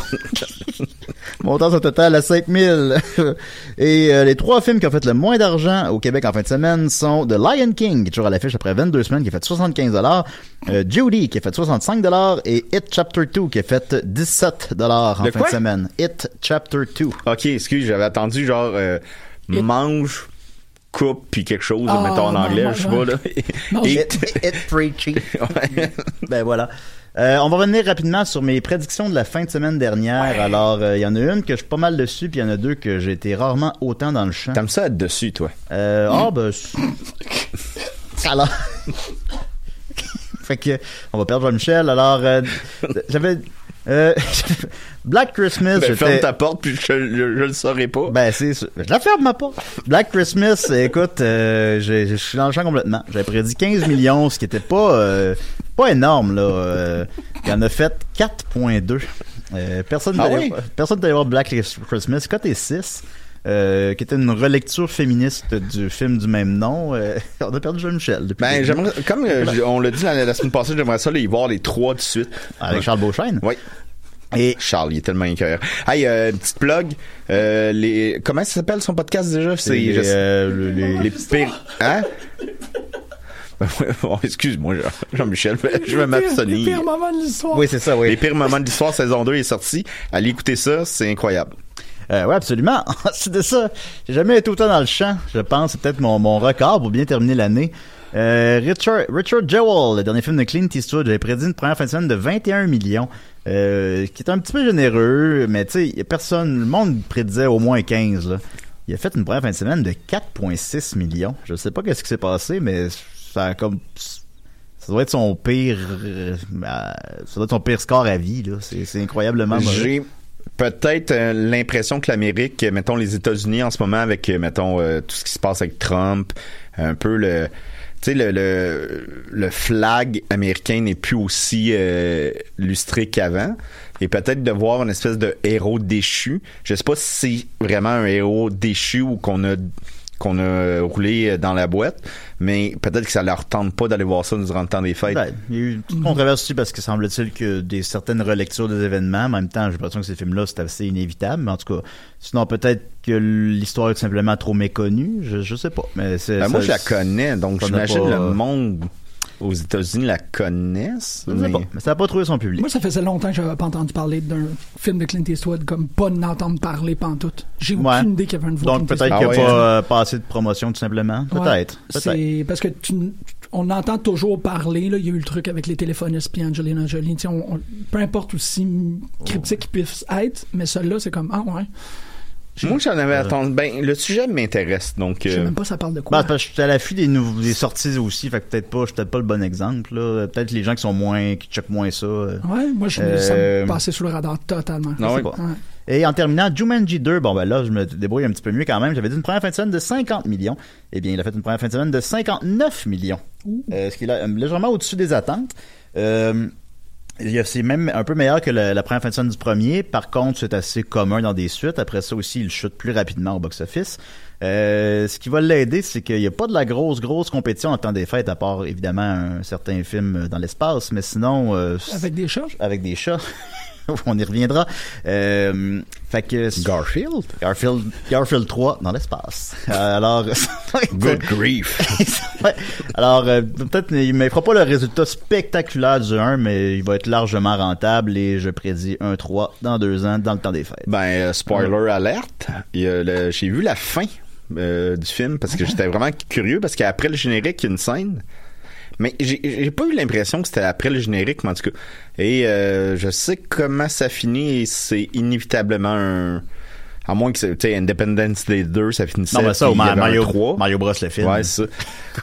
Speaker 5: montant son total à 5000. Et euh, les trois films qui ont fait le moins d'argent au Québec en fin de semaine sont The Lion King, qui est toujours à l'affiche après 22 semaines, qui a fait 75 dollars, euh, Judy, qui a fait 65 dollars, et It Chapter 2, qui a fait 17 dollars en
Speaker 9: De
Speaker 5: fin
Speaker 9: quoi?
Speaker 5: de semaine. It Chapter 2.
Speaker 9: Ok, excuse, j'avais attendu genre euh, mange, coupe, puis quelque chose,
Speaker 5: Ah,
Speaker 9: mettons en
Speaker 5: non,
Speaker 9: anglais,
Speaker 5: non,
Speaker 9: je sais
Speaker 5: non.
Speaker 9: pas là.
Speaker 5: Non,
Speaker 9: Et-
Speaker 5: it, it preachy. ben voilà. Euh, on va revenir rapidement sur mes prédictions de la fin de semaine dernière. Alors, euh, il y en a une que je suis pas mal dessus, puis il y en a deux que j'ai été rarement autant dans le champ.
Speaker 9: T'aimes ça être dessus, toi?
Speaker 5: Euh, ah, ben... c'est- Alors... fait que, on va perdre Jean-Michel. Alors, euh, j'avais... euh, Black Christmas,
Speaker 9: Ben, ferme
Speaker 5: j'étais-
Speaker 9: ta porte, puis je, je- je le saurai pas.
Speaker 5: ben, c'est sûr. Je la ferme, ma porte. Black Christmas, écoute, euh, je, je suis dans le champ complètement. J'avais prédit 15 millions, ce qui était pas, euh, pas énorme, là. Euh, il y en a fait 4,2. Euh, personne
Speaker 9: Ah
Speaker 5: n'allait
Speaker 9: oui?
Speaker 5: personne n'allait voir Black Christmas. Côté 6, euh, qui était une relecture féministe du film du même nom. Euh, on a perdu Jean-Michel. depuis
Speaker 9: Ben,
Speaker 5: le
Speaker 9: j'aimerais,
Speaker 5: début.
Speaker 9: comme euh, je- on l'a dit la, la semaine passée, j'aimerais ça les voir les trois de suite.
Speaker 5: Avec Charles Beauchesne?
Speaker 9: Oui. Et Charles, il est tellement incroyable. Hey, euh, petite plug. euh, les... Comment ça s'appelle son podcast déjà? C'est
Speaker 5: Les,
Speaker 9: je sais-
Speaker 5: euh,
Speaker 9: les, pires. Hein? Bon, Excuse-moi, Jean- Jean-Michel, mais je vais
Speaker 8: Les
Speaker 9: m'abstenir.
Speaker 8: pires moments de l'histoire.
Speaker 9: Oui, c'est ça, oui. Les pires moments de l'histoire, saison 2 est sortie. Allez écouter ça, c'est incroyable.
Speaker 5: Euh, ouais, absolument. c'est de ça. J'ai jamais été autant dans le champ, je pense. C'est peut-être mon, mon record pour bien terminer l'année. Euh, Richard, Richard Jewell, le dernier film de Clint Eastwood, j'avais prédit une première fin de semaine de 21 millions, euh, qui est un petit peu généreux, mais tu sais, y a personne, le monde prédisait au moins 15. Là. Il a fait une première fin de semaine de 4,6 millions. Je sais pas qu'est-ce qui s'est passé, mais ça a comme ça doit être son pire, euh, euh, ça doit être son pire score à vie. Là, c'est c'est incroyablement. mauvais.
Speaker 9: J'ai peut-être euh, l'impression que l'Amérique, euh, mettons les États-Unis en ce moment avec, euh, mettons, euh, tout ce qui se passe avec Trump, un peu le... Tu sais, le, le, euh, le flag américain n'est plus aussi euh, lustré qu'avant. Et peut-être de voir une espèce de héros déchu. Je sais pas si c'est vraiment un héros déchu ou qu'on a qu'on a roulé dans la boîte, mais peut-être que ça leur tente pas d'aller voir ça durant le temps des fêtes.
Speaker 5: Ouais, Ben, il y a eu une petite controverse aussi parce que semble-t-il que des certaines relectures des événements, en même temps, j'ai l'impression que ces films-là, c'est assez inévitable, mais en tout cas, sinon peut-être que l'histoire est tout simplement trop méconnue, je, je sais pas. Mais c'est-
Speaker 9: Ben,
Speaker 5: ça-
Speaker 9: moi, je la connais, donc
Speaker 5: ça n'a
Speaker 9: j'imagine
Speaker 5: pas-
Speaker 9: le monde aux États-Unis la connaissent.
Speaker 5: Je sais pas, mais ça n'a pas trouvé son public.
Speaker 8: Moi, ça faisait longtemps que j'avais pas entendu parler d'un film de Clint Eastwood comme pas n'entendre parler pantoute. J'ai
Speaker 5: Ouais.
Speaker 8: aucune idée qu'il y avait une voix
Speaker 5: Donc
Speaker 8: Clint
Speaker 5: peut-être qu'il
Speaker 8: Eastwood.
Speaker 5: n'y
Speaker 8: Ah hein.
Speaker 5: a pas euh, pas assez de promotion, tout simplement. Peut-être.
Speaker 8: Ouais,
Speaker 5: peut-être.
Speaker 8: c'est parce que tu, on entend toujours parler. Là, il y a eu le truc avec les téléphonistes puis Angelina Jolie. Tu sais, on- on- peu importe aussi cryptique qu'ils puissent être, mais celui-là, c'est comme ah ouais.
Speaker 9: Moi, j'en avais attendu. Ben, le sujet m'intéresse, donc.
Speaker 8: Je sais
Speaker 9: euh,
Speaker 8: même pas ça parle de
Speaker 5: Ben,
Speaker 8: quoi.
Speaker 5: c'est parce que je suis à l'affût des, nouveaux- des sorties aussi, fait que peut-être pas, je suis peut-être pas le bon exemple. là. Peut-être les gens qui sont moins, qui checkent moins ça. euh.
Speaker 8: ouais, moi, je ça
Speaker 5: Euh,
Speaker 8: me passait sous le radar totalement.
Speaker 5: Ah ouais. Et en terminant, Jumanji 2, bon ben là, je me débrouille un petit peu mieux quand même. J'avais dit une première fin de semaine de 50 millions. Eh bien, il a fait une première fin de semaine de 59 millions. Euh, ce qui est là- euh, légèrement au-dessus des attentes. Euh, il y a- c'est même un peu meilleur que la, la première fin de semaine du premier. Par contre, c'est assez commun dans des suites. Après ça aussi, il chute plus rapidement au box-office. Euh, ce qui va l'aider, c'est qu'il n'y a pas de la grosse, grosse compétition en temps des fêtes, à part évidemment un certain film euh, dans l'espace. Mais sinon... euh,
Speaker 8: Avec des chats?
Speaker 5: Avec des chats. On y reviendra. Euh, fait que Garfield? Garfield, Garfield 3 dans l'espace. Euh, Alors,
Speaker 9: Good grief.
Speaker 5: Ouais. Alors, euh, peut-être, il ne fera pas le résultat spectaculaire du 1, mais il va être largement rentable et je prédis un 3 dans deux ans, dans le temps des fêtes.
Speaker 9: Ben, euh, spoiler alerte, il y a le- j'ai vu la fin euh, du film parce que j'étais vraiment curieux parce qu'après le générique, il y a une scène. Mais j'ai- j'ai pas eu l'impression que c'était après le générique, mais en tout cas. Et euh, je sais comment ça finit et c'est inévitablement un. À moins que c'est, tu sais, Independence Day 2, ça finissait.
Speaker 5: Non, mais
Speaker 9: puis
Speaker 5: ça,
Speaker 9: il
Speaker 5: au
Speaker 9: y
Speaker 5: Ma-
Speaker 9: avait un
Speaker 5: Mario-
Speaker 9: 3.
Speaker 5: Mario Bros, le film.
Speaker 9: Ouais, c'est ça.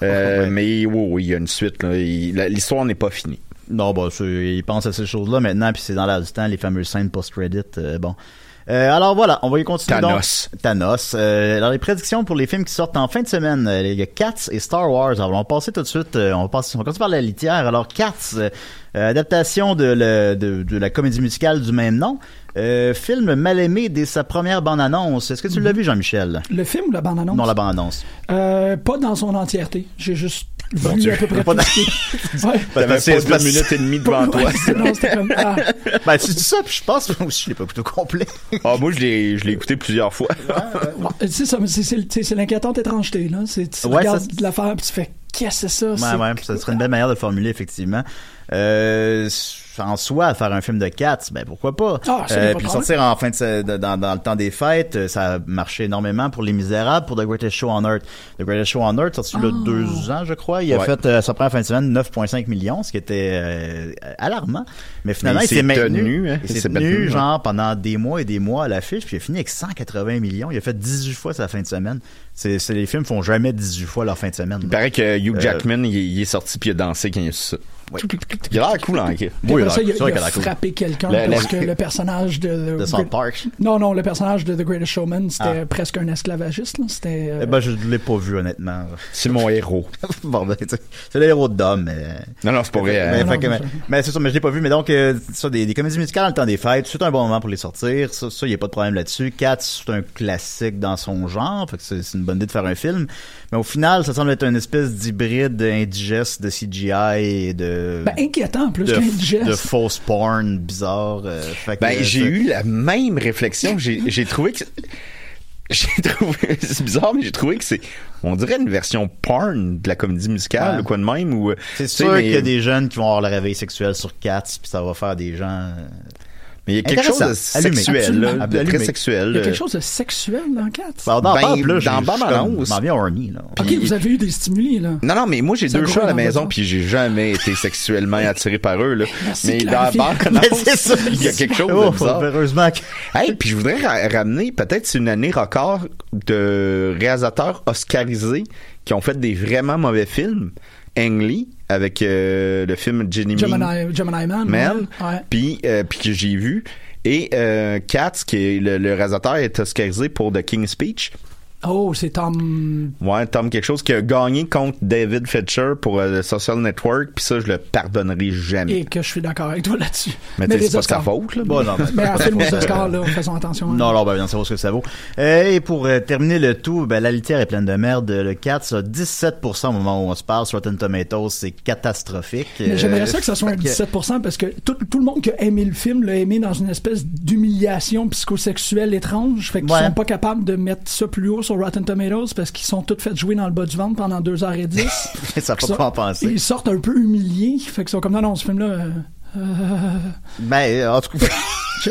Speaker 9: Euh, Mais oui, oui, il y a une suite. là. Il- la- L'histoire n'est pas finie.
Speaker 5: Non, bah, c'est- ils pensent à ces choses-là maintenant, puis c'est dans l'air du temps, les fameuses scènes post-credit. euh, bon. Euh, alors voilà, on va y continuer.
Speaker 9: Thanos.
Speaker 5: donc. Thanos. Euh, alors les prédictions pour les films qui sortent en fin de semaine, euh, il y a Cats et Star Wars. Alors on va passer tout de suite, euh, on, va passer- on commence par la litière. Alors Cats, euh, euh, adaptation de, le- de- de la comédie musicale du même nom. Euh, film mal aimé dès sa première bande-annonce. Est-ce que tu l'as vu Jean-Michel?
Speaker 8: Le film ou la bande-annonce?
Speaker 5: Non, la bande-annonce.
Speaker 8: Euh, pas dans son entièreté. J'ai juste
Speaker 5: Bon
Speaker 8: vu
Speaker 5: Dieu.
Speaker 8: à peu près
Speaker 5: Pas
Speaker 8: tout
Speaker 5: dans-
Speaker 8: ce qui- Ouais.
Speaker 5: Parce que c'est- parce-
Speaker 8: Non, c'était comme, ah.
Speaker 5: ben, tu dis ça, puis je pense que je l'ai pas plutôt complet.
Speaker 9: Ah, moi, je l'ai je l'ai écouté plusieurs fois.
Speaker 8: Ouais, C'est ça, mais c'est- c'est c'est- c'est l'inquiétante étrangeté. Là. C'est- Tu
Speaker 5: Ouais,
Speaker 8: regardes
Speaker 5: ça-
Speaker 8: de l'affaire puis tu fais Qu'est-ce que c'est ça?
Speaker 5: Ouais,
Speaker 8: C'est-
Speaker 5: ouais, ça serait une belle manière de le formuler, effectivement. Euh, en soi, faire un film de Cats, ben pourquoi pas. Euh,
Speaker 8: Ah, ça, y a pas de
Speaker 5: puis
Speaker 8: problème.
Speaker 5: sortir en fin de, se- de- dans, dans le temps des fêtes, euh, ça a marché énormément pour Les Misérables, pour The Greatest Show on Earth. The Greatest Show on Earth, sorti il y a
Speaker 9: Ah.
Speaker 5: deux ans, je crois. Il a
Speaker 9: Ouais.
Speaker 5: fait, euh, sa première fin de semaine, 9,5 millions, ce qui était euh, alarmant. Mais finalement,
Speaker 9: Mais
Speaker 5: il
Speaker 9: il
Speaker 5: s'est
Speaker 9: s'est
Speaker 5: maintenu.
Speaker 9: tenu, hein.
Speaker 5: Il
Speaker 9: Il
Speaker 5: s'est
Speaker 9: s'est
Speaker 5: tenu,
Speaker 9: maintenu, ouais.
Speaker 5: genre, pendant des mois et des mois à l'affiche, puis il a fini avec 180 millions. Il a fait 18 fois sa fin de semaine. C'est, c'est- les films font jamais 18 fois leur fin de semaine.
Speaker 9: Il paraît que Hugh
Speaker 5: Euh,
Speaker 9: Jackman, il, il est sorti puis il a dansé quand il a su ça. Il a l'air cool, hein? ok.
Speaker 8: Puis après ça, il a, il a frappé quelqu'un
Speaker 9: La- la-
Speaker 8: parce que le personnage de...
Speaker 5: De South Park.
Speaker 8: Non, non, le personnage de The Greatest Showman, c'était
Speaker 5: Ah.
Speaker 8: presque un esclavagiste. là. C'était... euh,
Speaker 5: Eh ben, je ne l'ai pas vu, honnêtement.
Speaker 9: C'est mon héros.
Speaker 5: bon, ben, tu sais, c'est le héros de Dom. Mais...
Speaker 9: Non, non, c'est pas vrai.
Speaker 5: Mais,
Speaker 9: hein.
Speaker 5: fait que- mais- mais c'est ça, mais je l'ai pas vu. Mais donc, euh, ça, des, des comédies musicales dans le temps des fêtes, c'est un bon moment pour les sortir. Ça, il n'y a pas de problème là-dessus. Cats, c'est un classique dans son genre. Fait que c'est c'est une bonne idée de faire un film. Mais au final, ça semble être une espèce d'hybride indigeste de CGI et de de.
Speaker 8: Ben, inquiétant, plus
Speaker 5: de,
Speaker 8: qu'indigeste.
Speaker 5: de fausse porn bizarre. euh, fait que,
Speaker 9: Ben,
Speaker 5: euh,
Speaker 9: j'ai
Speaker 5: ça-
Speaker 9: eu la même réflexion. J'ai j'ai trouvé que. J'ai trouvé. C'est bizarre, mais j'ai trouvé que c'est. On dirait une version porn de la comédie musicale
Speaker 5: Ouais.
Speaker 9: ou quoi de même. ou, euh,
Speaker 5: C'est
Speaker 9: tu sais,
Speaker 5: sûr
Speaker 9: mais-
Speaker 5: qu'il y a des jeunes qui vont avoir le réveil sexuel sur Cats, puis ça va faire des gens. euh,
Speaker 9: Mais il y a quelque chose de
Speaker 5: intéressants, Ah, allumés.
Speaker 9: sexuel, là, de très
Speaker 5: Allumés.
Speaker 9: sexuel.
Speaker 8: Il y a
Speaker 9: euh,
Speaker 8: quelque chose de sexuel dans Cats.
Speaker 5: Ben, dans ben, là,
Speaker 9: dans
Speaker 5: dans
Speaker 9: Bande Annonce.
Speaker 5: Je m'en viens horny, là.
Speaker 8: Ok,
Speaker 9: Puis-
Speaker 8: vous avez eu des stimuli, là.
Speaker 9: Non, non, mais moi, j'ai
Speaker 8: Ça
Speaker 9: deux
Speaker 8: grouille
Speaker 9: chats à la
Speaker 8: dans votre
Speaker 9: maison,
Speaker 8: maison.
Speaker 9: puis j'ai jamais été sexuellement attiré par eux, là.
Speaker 8: Merci,
Speaker 9: Mais dans la
Speaker 8: Clavier.
Speaker 9: bande
Speaker 8: Mais
Speaker 9: annonce,
Speaker 8: Ben, c'est ça.
Speaker 9: il y a quelque chose
Speaker 5: Oh,
Speaker 9: de bizarre.
Speaker 5: Heureusement que.
Speaker 9: Hey, puis je voudrais ra- ramener, peut-être c'est une année record de réalisateurs oscarisés qui ont fait des vraiment mauvais films. Ang Lee, avec euh, le film Jenny
Speaker 8: Gemini, Gemini Man.
Speaker 9: Man,
Speaker 8: Mhm. ouais. Ouais.
Speaker 9: puis euh, puis que j'ai vu. Et euh, Katz, qui est le, le réalisateur, est oscarisé pour The King's Speech.
Speaker 8: Oh, c'est Tom.
Speaker 9: Ouais, Tom, quelque chose qui a gagné contre David Fetcher pour euh, le Social Network, puis ça, je le pardonnerai jamais.
Speaker 8: Et que je suis d'accord avec toi là-dessus.
Speaker 9: Mais, tu sais,
Speaker 8: les
Speaker 9: c'est pas de sa
Speaker 8: Oscars.
Speaker 9: faute, là.
Speaker 5: Bon, non, ben,
Speaker 8: Mais en film aux Oscars, là, faisons attention. hein.
Speaker 5: Non, non, ben, bien, c'est ce que ça vaut. Euh, et pour euh, terminer le tout, ben, la litière est pleine de merde. Le 4, ça 17% au moment où on se parle. Sur Rotten Tomatoes, c'est catastrophique.
Speaker 8: Mais
Speaker 5: Euh,
Speaker 8: j'aimerais ça que ça soit un
Speaker 5: fait
Speaker 8: 17% parce que tout, tout le monde qui a aimé le film l'a aimé dans une espèce d'humiliation psychosexuelle étrange. Fait qu'ils
Speaker 5: Ouais.
Speaker 8: sont pas capables de mettre ça plus haut sur Rotten Tomatoes parce qu'ils sont tous fait jouer dans le bas du ventre pendant 2h10.
Speaker 5: ça n'a pas quoi en penser.
Speaker 8: Ils sortent un peu humiliés. Fait qu'ils sont comme non, non, ce film-là. euh, euh,
Speaker 5: Ben, euh, en tout cas,
Speaker 8: j'ai-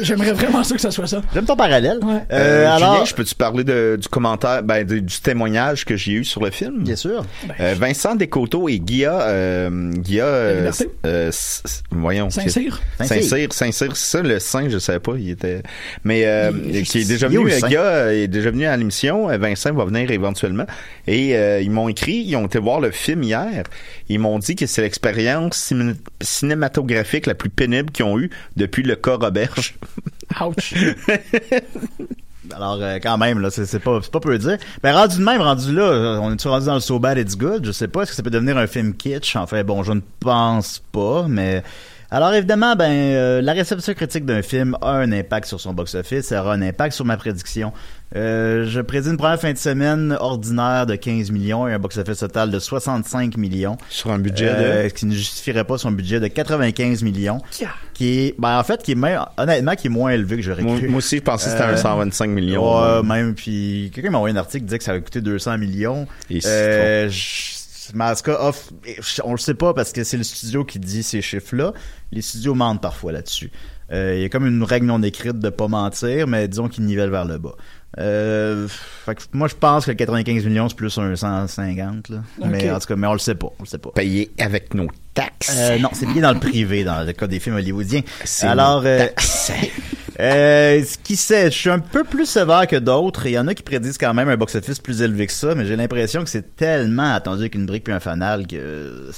Speaker 8: J'aimerais vraiment ça que ça soit ça.
Speaker 5: j'aime ton parallèle.
Speaker 8: Ouais.
Speaker 5: Euh,
Speaker 9: Euh,
Speaker 5: alors-
Speaker 9: Julien, je peux-tu parler de- du commentaire, ben, de- du témoignage que j'ai eu sur le film?
Speaker 5: Bien sûr.
Speaker 9: Euh, Vincent Descoteaux et Guilla, euh, Guilla, euh,
Speaker 8: Liberté.
Speaker 9: euh, s- s- voyons.
Speaker 8: Saint-Cyr.
Speaker 9: Saint-Cyr, Saint-Cyr, c'est ça, le Saint, je savais pas, il était, mais, euh,
Speaker 8: Il-
Speaker 9: qui est déjà
Speaker 5: il est où,
Speaker 9: venu,
Speaker 5: le
Speaker 9: euh,
Speaker 5: Saint?
Speaker 9: Guilla, euh, est déjà venu à l'émission, euh, Vincent va venir éventuellement, et euh, ils m'ont écrit, ils ont été voir le film hier, ils m'ont dit que c'est l'expérience ciné- cinématographique la plus pénible qu'ils ont eue depuis le cas Roberge.
Speaker 8: Ouch.
Speaker 5: Alors, euh, quand même, là, c'est c'est pas, c'est pas peu dire. Ben, rendu de même, rendu là, euh, on est-tu rendu dans le So Bad It's Good? Je sais pas, est-ce que ça peut devenir un film kitsch? Enfin, bon, je ne pense pas, mais... Alors, évidemment, ben, euh, la réception critique d'un film a un impact sur son box-office, ça aura un impact sur ma prédiction. Euh, je prédis une première fin de semaine ordinaire de 15 millions et un box-office total de 65 millions.
Speaker 9: Sur un budget de-
Speaker 5: Euh, ce qui ne justifierait pas son budget de 95 millions.
Speaker 8: Yeah.
Speaker 5: Qui est, ben, en fait, qui est, même- honnêtement, qui est moins élevé que j'aurais
Speaker 9: Moi,
Speaker 5: cru.
Speaker 9: moi aussi, je pensais que c'était un
Speaker 5: Euh,
Speaker 9: 125 millions.
Speaker 5: Ouais,
Speaker 9: Euh,
Speaker 5: même. Puis quelqu'un m'a envoyé un article qui disait que ça avait coûté 200 millions.
Speaker 9: Et c'est
Speaker 5: Euh, je- mais en tout cas, off- on le sait pas parce que c'est le studio qui dit ces chiffres-là. Les studios mentent parfois là-dessus. Euh, Il y a comme une règle non écrite de pas mentir, mais disons qu'ils nivellent vers le bas. Euh, fait que moi, je pense que 95 millions, c'est plus un 150. Là. Mais
Speaker 8: Ok.
Speaker 5: en tout cas, mais on le sait pas. On le sait pas.
Speaker 9: payé avec nos taxes.
Speaker 5: Euh, non, c'est bien dans le privé, dans le cas des films hollywoodiens.
Speaker 9: C'est
Speaker 5: Alors,
Speaker 9: nos
Speaker 5: euh,
Speaker 9: taxes.
Speaker 5: euh, ce qui sait, je suis un peu plus sévère que d'autres. Il y en a qui prédisent quand même un box-office plus élevé que ça, mais j'ai l'impression que c'est tellement attendu qu'une brique puis un fanal que...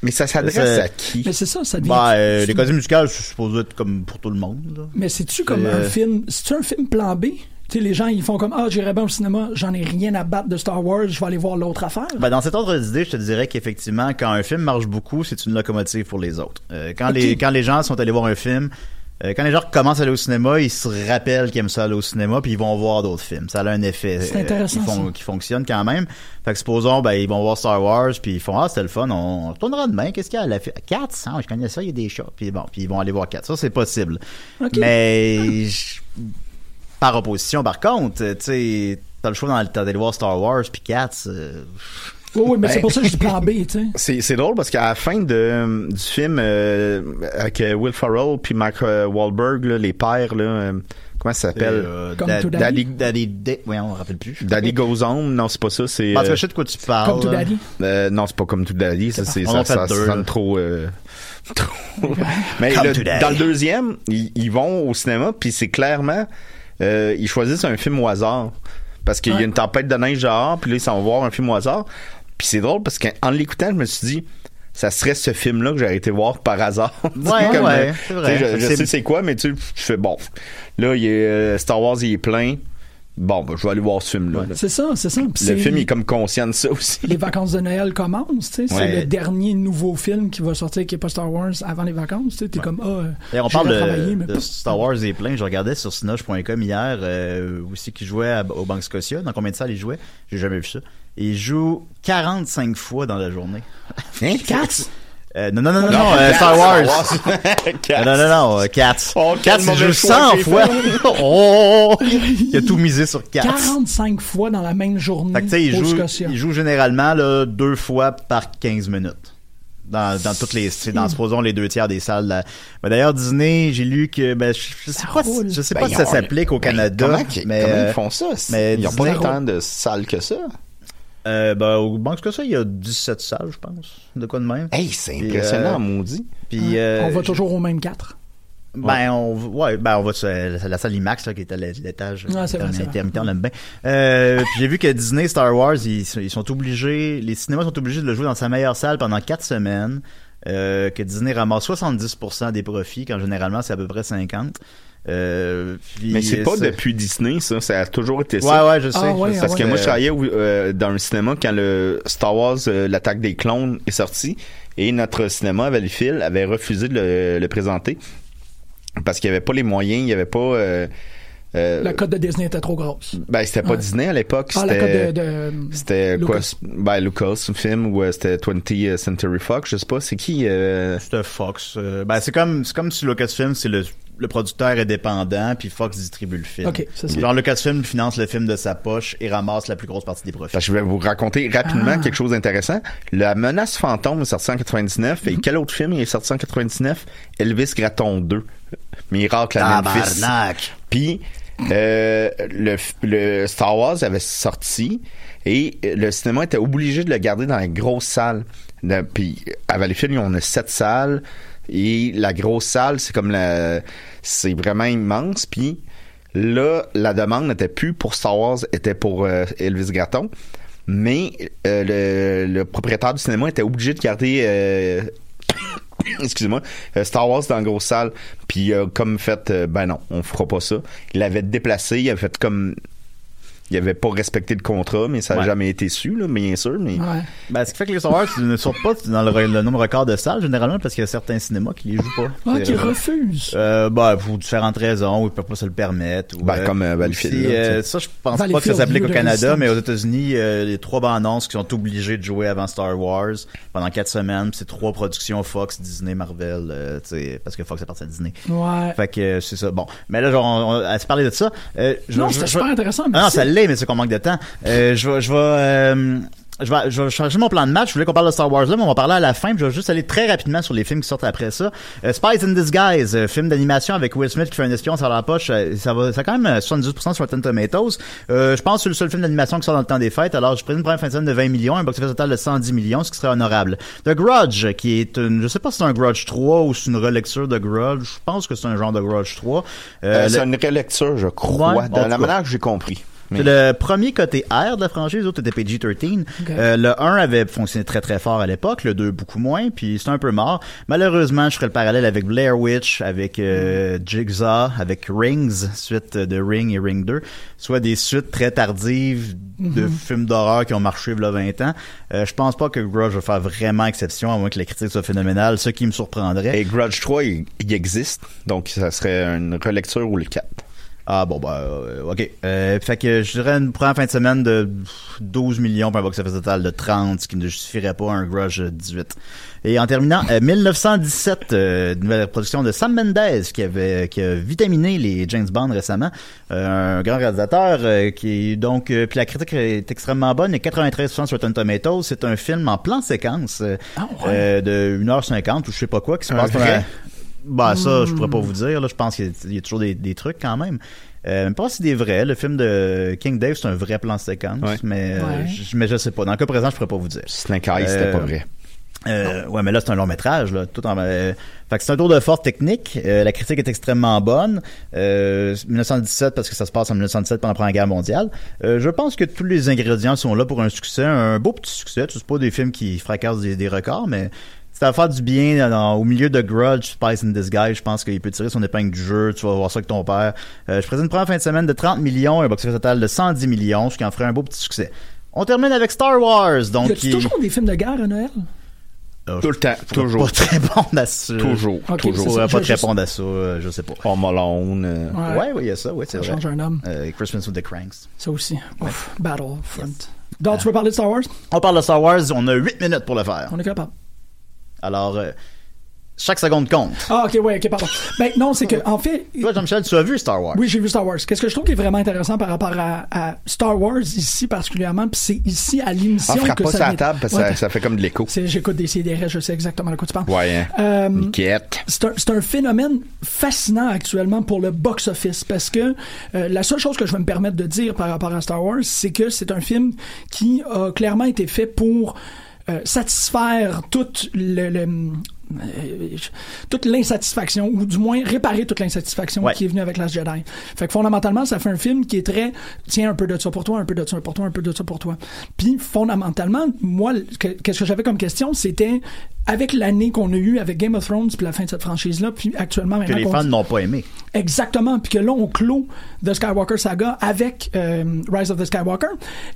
Speaker 9: mais ça s'adresse
Speaker 5: c'est-
Speaker 9: à qui?
Speaker 8: Mais c'est ça, ça devient.
Speaker 9: Ben,
Speaker 5: Bah, euh, les comédies musicales, je suppose être comme pour tout le monde. Là.
Speaker 8: Mais c'est-tu comme
Speaker 5: Euh,
Speaker 8: un film, c'est-tu un film plan B? Tu sais, les gens, ils font comme, ah, j'irai bien au cinéma, j'en ai rien à battre de Star Wars, je vais aller voir l'autre affaire.
Speaker 5: Ben, dans cette ordre d'idée, je te dirais qu'effectivement, quand un film marche beaucoup, c'est une locomotive pour les autres. Euh, quand,
Speaker 8: Ok.
Speaker 5: les, quand les gens sont allés voir un film, euh, quand les gens commencent à aller au cinéma, ils se rappellent qu'ils aiment ça aller au cinéma, puis ils vont voir d'autres films. Ça a un effet euh,
Speaker 8: C'est intéressant,
Speaker 5: qui, fon-
Speaker 8: ça.
Speaker 5: qui fonctionne quand même. Fait que supposons, ben, ils vont voir Star Wars, puis ils font Ah, c'était le fun, on, on retournera demain. Qu'est-ce qu'il y a à la fi- 400, je connais ça, il y a des chats. Puis bon, puis ils vont aller voir 4. Ça, c'est possible.
Speaker 8: Ok. Ah.
Speaker 5: Mais je- par opposition, par contre, euh, tu sais, t'as le choix dans le- d'aller voir Star Wars, puis 4.
Speaker 8: Oui, oui, mais
Speaker 9: Ben-
Speaker 8: c'est pour ça que je dis plan B, tu sais.
Speaker 9: C'est, c'est drôle parce qu'à la fin de, du film euh, avec euh, Will Ferrell puis Mark euh, Wahlberg, là, les pères, là, euh, comment ça s'appelle?
Speaker 8: Comme to
Speaker 5: Daddy.
Speaker 8: Daddy?
Speaker 5: Daddy. Day- ouais, on ne rappelle plus.
Speaker 9: Daddy Goes On? Non, c'est pas ça. C'est,
Speaker 5: Parce que
Speaker 9: euh,
Speaker 5: je sais de quoi tu parles.
Speaker 8: Comme tout Daddy.
Speaker 9: euh, non, c'est pas comme tout Daddy. Ça, c'est,
Speaker 5: On
Speaker 9: ça,
Speaker 5: en fait
Speaker 9: ça
Speaker 5: deux,
Speaker 9: sonne
Speaker 5: là.
Speaker 9: trop... euh, trop- Mais
Speaker 5: Come
Speaker 9: le-
Speaker 5: to Daddy.
Speaker 9: dans le deuxième, ils, ils vont au cinéma puis c'est clairement... euh, ils choisissent un film au hasard. Parce qu'il y a
Speaker 8: Ouais.
Speaker 9: une tempête de neige dehors puis là, ils s'en vont voir un film au hasard. Puis c'est drôle parce qu'en l'écoutant, je me suis dit... Ça serait ce film-là que j'aurais été voir par hasard.
Speaker 5: Ouais,
Speaker 9: Comme,
Speaker 5: ouais,
Speaker 9: euh,
Speaker 5: c'est
Speaker 9: tu sais,
Speaker 5: vrai.
Speaker 9: Je, je
Speaker 5: C'est-
Speaker 9: sais c'est quoi, mais tu sais, je fais bon. Là, il est, euh, Star Wars, il est plein. Bon, ben, je vais aller voir ce film-là. là.
Speaker 8: C'est ça, c'est ça. Puis
Speaker 9: Le
Speaker 8: c'est-
Speaker 9: film, il est comme conscient de ça aussi.
Speaker 8: Les vacances de Noël commencent, tu sais. C'est
Speaker 9: Ouais.
Speaker 8: le dernier nouveau film qui va sortir qui n'est pas Star Wars avant les vacances, tu sais. T'es comme, ah, euh,
Speaker 5: D'ailleurs, on
Speaker 8: j'irai
Speaker 5: parle
Speaker 8: travailler,
Speaker 5: de,
Speaker 8: mais
Speaker 5: de
Speaker 8: pouf.
Speaker 5: Star Wars et plein. Je regardais sur Cinoche.com hier euh, aussi qui jouait à- au Banque Scotia. Dans combien de salles il jouait J'ai jamais vu ça. Il joue 45 fois dans la journée.
Speaker 9: Hein?
Speaker 5: Quatre? Euh, non, non, non, non, non, euh, Star Wars. Ah, non, non, non, euh, Cats. Cats,
Speaker 9: quel
Speaker 5: c'est
Speaker 9: mauvais
Speaker 5: joué
Speaker 9: choix
Speaker 5: 100
Speaker 9: j'ai
Speaker 5: fois.
Speaker 9: fait.
Speaker 5: oh, il a tout misé sur Cats.
Speaker 8: 45 fois dans la même journée.
Speaker 5: Fait que, tu sais, il
Speaker 8: au
Speaker 5: joue,
Speaker 8: Scotia.
Speaker 5: il joue généralement là, deux fois par 15 minutes. Dans, dans toutes les c'est
Speaker 8: Hmm.
Speaker 5: dans supposons les deux tiers des salles là. Mais d'ailleurs Disney j'ai lu que ben, je, je sais pas si, je sais pas
Speaker 9: Ben,
Speaker 5: si
Speaker 9: ils
Speaker 5: ça
Speaker 9: ont-
Speaker 5: s'applique au
Speaker 9: ben,
Speaker 5: Canada
Speaker 9: comment qu'ils-
Speaker 5: mais
Speaker 9: comment ils
Speaker 5: euh,
Speaker 9: font ça? C'est-
Speaker 5: mais
Speaker 9: ils ont pas
Speaker 5: Disney-
Speaker 9: tant de salles que ça
Speaker 5: euh, ben, au banque que ça il y a 17 salles je pense de quoi de même euh,
Speaker 9: hey c'est
Speaker 8: impressionnant,
Speaker 9: maudit
Speaker 5: puis euh,
Speaker 8: Hein? On va toujours au même 4.
Speaker 5: Ben, on, ouais, ben, on va sur la, la salle IMAX, là, qui était l'é- l'étage
Speaker 8: Ouais, c'est vrai,
Speaker 5: intermittent,
Speaker 8: c'est vrai.
Speaker 5: intermittent, on l'aime bien. Euh, puis j'ai vu que Disney, Star Wars, ils, sont- ils sont obligés, les cinémas sont obligés de le jouer dans sa meilleure salle pendant quatre semaines, euh, que Disney ramasse 70% des profits, quand généralement c'est à peu près 50. Euh, puis,
Speaker 9: mais c'est pas
Speaker 5: euh,
Speaker 9: depuis Disney, ça. Ça a toujours été ça.
Speaker 5: Ouais, ouais, je sais, Ah, je ouais, sais.
Speaker 9: Parce
Speaker 5: ah,
Speaker 9: que
Speaker 5: ouais.
Speaker 9: moi, je travaillais au- euh, dans un cinéma quand le Star Wars, euh, l'attaque des clones, est sorti. Et notre cinéma à Valleyfield avait refusé de le, le présenter. Parce qu'il n'y avait pas les moyens, il n'y avait pas. euh, euh,
Speaker 8: La cote de Disney était trop grosse.
Speaker 9: ben, c'était pas
Speaker 8: Ouais.
Speaker 9: Disney à l'époque.
Speaker 8: Ah, la
Speaker 9: c'était-
Speaker 8: cote de- de-
Speaker 9: C'était
Speaker 8: Lucas.
Speaker 9: quoi Ben, Lucas, un film où euh, c'était 20th Century Fox, je sais pas, c'est qui euh,
Speaker 5: C'était Fox. euh, ben, c'est comme, c'est comme si Lucasfilm, c'est le, le producteur est dépendant, puis Fox distribue le film.
Speaker 9: Ok, c'est ça.
Speaker 5: Genre, Lucasfilm finance le film de sa poche et ramasse la plus grosse partie des profits.
Speaker 9: Parce que je vais vous raconter rapidement
Speaker 5: Ah.
Speaker 9: quelque chose d'intéressant. La menace fantôme est sortie en 99. Et quel autre film est sorti en 99? Elvis Graton 2. Miracle
Speaker 5: Ah,
Speaker 9: à Memphis.
Speaker 5: Tabarnak!
Speaker 9: Puis, euh, le, f- le Star Wars avait sorti et le cinéma était obligé de le garder dans la grosse salle. Le- Puis, à Valleyfield, on a sept salles. Et la grosse salle, c'est comme la... C'est vraiment immense. Puis... Là, la demande n'était plus pour Star Wars, était pour euh, Elvis Gratton. Mais euh, le, le propriétaire du cinéma était obligé de garder euh, excusez-moi, euh, Star Wars dans la grosse salle. Puis il a comme fait, euh, ben non, on fera pas ça. Il l'avait déplacé, il avait fait comme... Il avait pas respecté le contrat, mais ça n'a
Speaker 5: Ouais.
Speaker 9: jamais été su, là, bien sûr. Mais...
Speaker 5: Ben, ce qui fait que les Star Wars ne sortent pas dans le, re- le nombre record de salles, généralement, parce qu'il y a certains cinémas qui les jouent pas.
Speaker 8: Ah, qui
Speaker 5: Euh,
Speaker 8: refusent.
Speaker 5: Euh, ben, pour différentes raisons, où ils peuvent pas se le permettre. Ou,
Speaker 9: Ben, comme, euh, Valleyfield,
Speaker 5: aussi,
Speaker 9: là, tu
Speaker 5: euh,
Speaker 9: sais.
Speaker 5: ça, je pense pas que ça
Speaker 9: Valleyfield,
Speaker 5: s'applique au
Speaker 9: Lieu de
Speaker 5: Canada,
Speaker 9: résistance.
Speaker 5: mais aux États-Unis, euh, les trois bandes annonces qui sont obligés de jouer avant Star Wars pendant quatre semaines, puis c'est trois productions Fox, Disney, Marvel, euh, tu sais, parce que Fox appartient à Disney.
Speaker 8: Ouais.
Speaker 5: Fait que euh, c'est ça. Bon, mais là, genre, on, on- à se parler de ça. euh, je-
Speaker 8: Non,
Speaker 5: je-
Speaker 8: c'était
Speaker 5: je-
Speaker 8: super intéressant, mais
Speaker 5: Ah non,
Speaker 8: si-
Speaker 5: ça l'est, mais c'est qu'on manque de temps. Euh, je vais, je vais, euh, je vais, je vais changer mon plan de match. Je voulais qu'on parle de Star Wars là, mais on va parler à la fin. puis Je vais juste aller très rapidement sur les films qui sortent après ça. Euh, Spies in Disguise, euh, film d'animation avec Will Smith qui fait un espion sur la poche. euh, Ça va, ça a quand même euh, 78% sur Rotten Tomatoes. Euh, je pense que c'est le seul film d'animation qui sort dans le temps des fêtes. Alors, je prenais une première fin de semaine de 20 millions, un box-office total de 110 millions, ce qui serait honorable. The Grudge, qui est une, je sais pas si c'est un Grudge 3 ou c'est une relecture de Grudge. Je pense que c'est un genre de Grudge 3.
Speaker 9: Euh, c'est
Speaker 5: le-
Speaker 9: une relecture, je crois,
Speaker 5: Ouais,
Speaker 9: dans
Speaker 5: en tout cas.
Speaker 9: la manière que j'ai compris. Mais-
Speaker 5: c'est le premier côté R de la franchise, les autres étaient PG-13. Euh, le 1 avait fonctionné très très fort à l'époque, le 2 beaucoup moins, puis c'est un peu mort. Malheureusement, je ferai le parallèle avec Blair Witch, avec euh, Jigsaw, avec Rings, suite euh, de Ring et Ring 2, soit des suites très tardives de
Speaker 9: Mhm.
Speaker 5: films d'horreur qui ont marché il y a 20 ans. Euh, je pense pas que Grudge va faire vraiment exception, à moins que la critique soit phénoménale, ce qui me surprendrait.
Speaker 9: Et Grudge 3, il, il existe, donc ça serait une relecture ou le 4.
Speaker 5: Ah bon, bah, euh, ok. Euh, fait que je dirais une première fin de semaine de 12 millions pour un box-office total de 30, ce qui ne justifierait pas un grudge de 18. Et en terminant, euh, 1917, euh, nouvelle production de Sam Mendes qui avait qui a vitaminé les James Bond récemment. Euh, un grand réalisateur euh, qui est donc... euh, puis la critique est extrêmement bonne et 93% sur Rotten Tomatoes. C'est un film en plan séquence euh, euh, de 1h50 ou je sais pas quoi qui se
Speaker 9: Ah Un
Speaker 5: passe dans
Speaker 9: vrai?
Speaker 5: la- bah ça, je pourrais pas
Speaker 9: Hmm.
Speaker 5: vous dire. Là, je pense qu'il y a- il y a toujours des, des trucs quand même. Euh, même pas si c'est des vrais. Le film de King Dave, c'est un vrai plan séquence, mais, euh,
Speaker 9: Ouais.
Speaker 5: je, mais je sais pas. Dans le cas présent, je pourrais pas vous dire. C'est
Speaker 9: Slinkaï, c'était pas vrai.
Speaker 5: euh, ouais, mais là, c'est un long métrage. Là, tout en, euh, fait que c'est un tour de force technique. Euh, la critique est extrêmement bonne. Euh, 1917, parce que ça se passe en 1917 pendant la Première Guerre mondiale. Euh, je pense que tous les ingrédients sont là pour un succès, un beau petit succès. Tu sais, C'est pas des films qui fracassent des, des records, mais c'est à faire du bien dans- au milieu de Grudge, Spice in Disguise. Je pense qu'il peut tirer son épingle du jeu. Tu vas voir ça avec ton père. Euh, je présente une première fin de semaine de 30 millions, un box-office total de 110 millions, ce qui en ferait un beau petit succès. On termine avec Star Wars. Donc,
Speaker 8: y a-tu
Speaker 5: qui-
Speaker 8: toujours des films de guerre à Noël?
Speaker 5: tout le temps, toujours. Ah, Pas te répondre à ça.
Speaker 9: Toujours,
Speaker 8: Ok, toujours.
Speaker 5: Je
Speaker 8: c'est
Speaker 5: pourrais
Speaker 8: ça.
Speaker 5: pas
Speaker 8: Je-
Speaker 5: te répondre à ça, euh, je sais pas.
Speaker 9: Home Alone. euh,
Speaker 5: Ouais,
Speaker 8: Ouais.
Speaker 5: ouais, il y a ça, ouais, c'est
Speaker 8: Ça
Speaker 5: vrai.
Speaker 8: change un homme.
Speaker 5: Euh, Christmas with the Cranks.
Speaker 8: Ça aussi. Ouf,
Speaker 9: Ah.
Speaker 8: Battlefront. Donc, tu veux parler de Star Wars?
Speaker 5: On parle de Star Wars, on a 8 minutes pour le faire.
Speaker 8: On est capable.
Speaker 5: Alors, euh, chaque seconde compte.
Speaker 8: Ah, ok, ouais, ok, pardon. Ben, non, c'est que, en fait.
Speaker 5: Toi, Jean-Michel, tu as vu Star Wars?
Speaker 8: Oui, j'ai vu Star Wars. Qu'est-ce que je trouve qui est vraiment intéressant par rapport à, à Star Wars, ici particulièrement, puis c'est ici à
Speaker 9: Ah,
Speaker 8: l'émission
Speaker 9: frappe
Speaker 8: que
Speaker 9: pas
Speaker 8: ça.
Speaker 9: sur la
Speaker 8: vient-
Speaker 9: table parce que
Speaker 8: Ouais,
Speaker 9: ça, ça fait comme de l'écho.
Speaker 8: c'est- J'écoute des CDR, je sais exactement de quoi tu parles.
Speaker 9: Ouais, hein.
Speaker 8: Euh,
Speaker 9: Miquette.
Speaker 8: c'est un, c'est un phénomène fascinant actuellement pour le box-office parce que euh, la seule chose que je vais me permettre de dire par rapport à Star Wars, c'est que c'est un film qui a clairement été fait pour euh, satisfaire toute le, le- euh, je- toute l'insatisfaction ou du moins réparer toute l'insatisfaction qui est venue avec Last Jedi. Fait que fondamentalement, ça fait un film qui est très tiens un peu de ça pour toi, un peu de ça pour toi, un peu de ça pour toi. Puis fondamentalement, moi que- qu'est-ce que j'avais comme question, c'était avec l'année qu'on a eue avec Game of Thrones puis la fin de cette franchise là, puis actuellement
Speaker 5: Que
Speaker 8: maintenant
Speaker 5: les
Speaker 8: qu'on-
Speaker 5: fans n'ont pas aimé.
Speaker 8: Exactement, puis que là on clôt The Skywalker Saga avec euh, Rise of the Skywalker.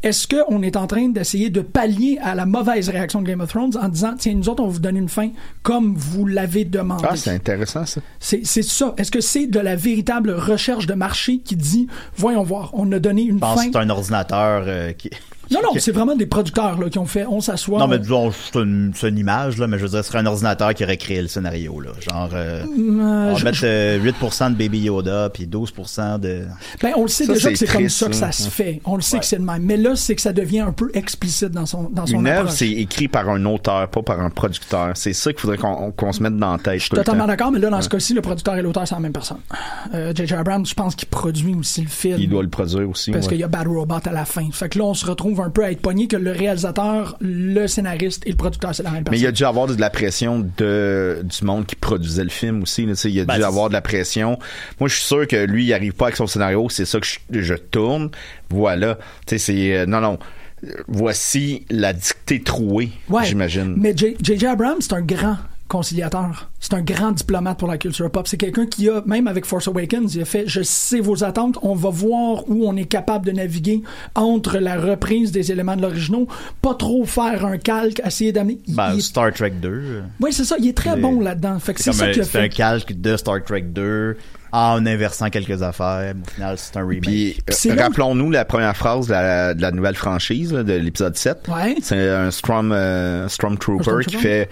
Speaker 8: Est-ce que on est en train d'essayer de pallier à la mauvaise réaction de Game of Thrones en disant tiens nous autres on va vous donne une fin comme vous l'avez demandé.
Speaker 9: Ah, c'est intéressant ça.
Speaker 8: c'est c'est ça. Est-ce que c'est de la véritable recherche de marché qui dit voyons voir, on a donné une
Speaker 5: Je pense
Speaker 8: fin.
Speaker 5: que c'est un ordinateur euh, qui.
Speaker 8: Non non, c'est vraiment des producteurs là qui ont fait on s'assoit.
Speaker 5: non, mais
Speaker 8: on-
Speaker 5: disons, c'est une, c'est une image, là, mais je veux dire, ce serait un ordinateur qui aurait créé le scénario, là. Genre, euh,
Speaker 8: Euh,
Speaker 5: on va
Speaker 8: je-
Speaker 5: mettre euh, 8% de Baby Yoda, puis 12% de.
Speaker 8: Ben, on le sait
Speaker 5: Ça,
Speaker 8: déjà
Speaker 5: c'est
Speaker 8: que c'est comme
Speaker 5: triste,
Speaker 8: ça que
Speaker 5: hein.
Speaker 8: ça se fait. On le sait que c'est le même. Mais là, c'est que ça devient un peu explicite dans son, dans son
Speaker 9: Une œuvre,
Speaker 8: approche.
Speaker 9: c'est écrit par un auteur, pas par un producteur. C'est ça qu'il faudrait qu'on on- qu'on se mette dans la tête. tout le
Speaker 8: Totalement
Speaker 9: temps.
Speaker 8: d'accord, mais là, dans
Speaker 9: Ouais.
Speaker 8: ce cas-ci, le producteur et l'auteur, c'est la même personne. Euh, J.J. Abrams, je pense qu'il produit aussi le film.
Speaker 9: Il doit le produire aussi.
Speaker 8: Parce
Speaker 9: ouais.
Speaker 8: qu'il y a Bad Robot à la fin. Fait que là, on se retrouve un peu à être pogné que le réalisateur, le scénariste et le producteur, c'est la même
Speaker 9: Mais
Speaker 8: personne.
Speaker 9: il y a dû avoir de la pression de, du monde qui produisait le film aussi. là, tu sais,
Speaker 5: Ben,
Speaker 9: il y a dû avoir de la pression. Moi, je suis sûr que lui, il arrive pas avec son scénario. C'est ça que je, je tourne. Voilà. Tu sais, c'est... euh, non, non. Voici la dictée trouée,
Speaker 8: Ouais.
Speaker 9: j'imagine.
Speaker 8: Mais J- J.J. Abrams, c'est un grand conciliateur. C'est un grand diplomate pour la culture pop. C'est quelqu'un qui a, même avec Force Awakens, il a fait Je sais vos attentes, on va voir où on est capable de naviguer entre la reprise des éléments de l'originaux, pas trop faire un calque, essayer d'amener. il-
Speaker 5: Ben,
Speaker 8: il est-
Speaker 5: Star Trek 2. euh,
Speaker 8: Oui, c'est ça, il est très
Speaker 5: c'est-
Speaker 8: bon là-dedans. Fait que c'est
Speaker 5: comme
Speaker 8: ça
Speaker 5: un-
Speaker 8: qu'il a
Speaker 5: C'est un
Speaker 8: fait.
Speaker 5: calque de Star Trek 2 en inversant quelques affaires. mais Au final, c'est un remake.
Speaker 9: Puis, euh,
Speaker 5: c'est là où-
Speaker 9: rappelons-nous la première phrase de la, de la nouvelle franchise, là, de l'épisode 7. C'est un Storm, euh, Stormtrooper
Speaker 8: Un Stormtrooper.
Speaker 9: qui fait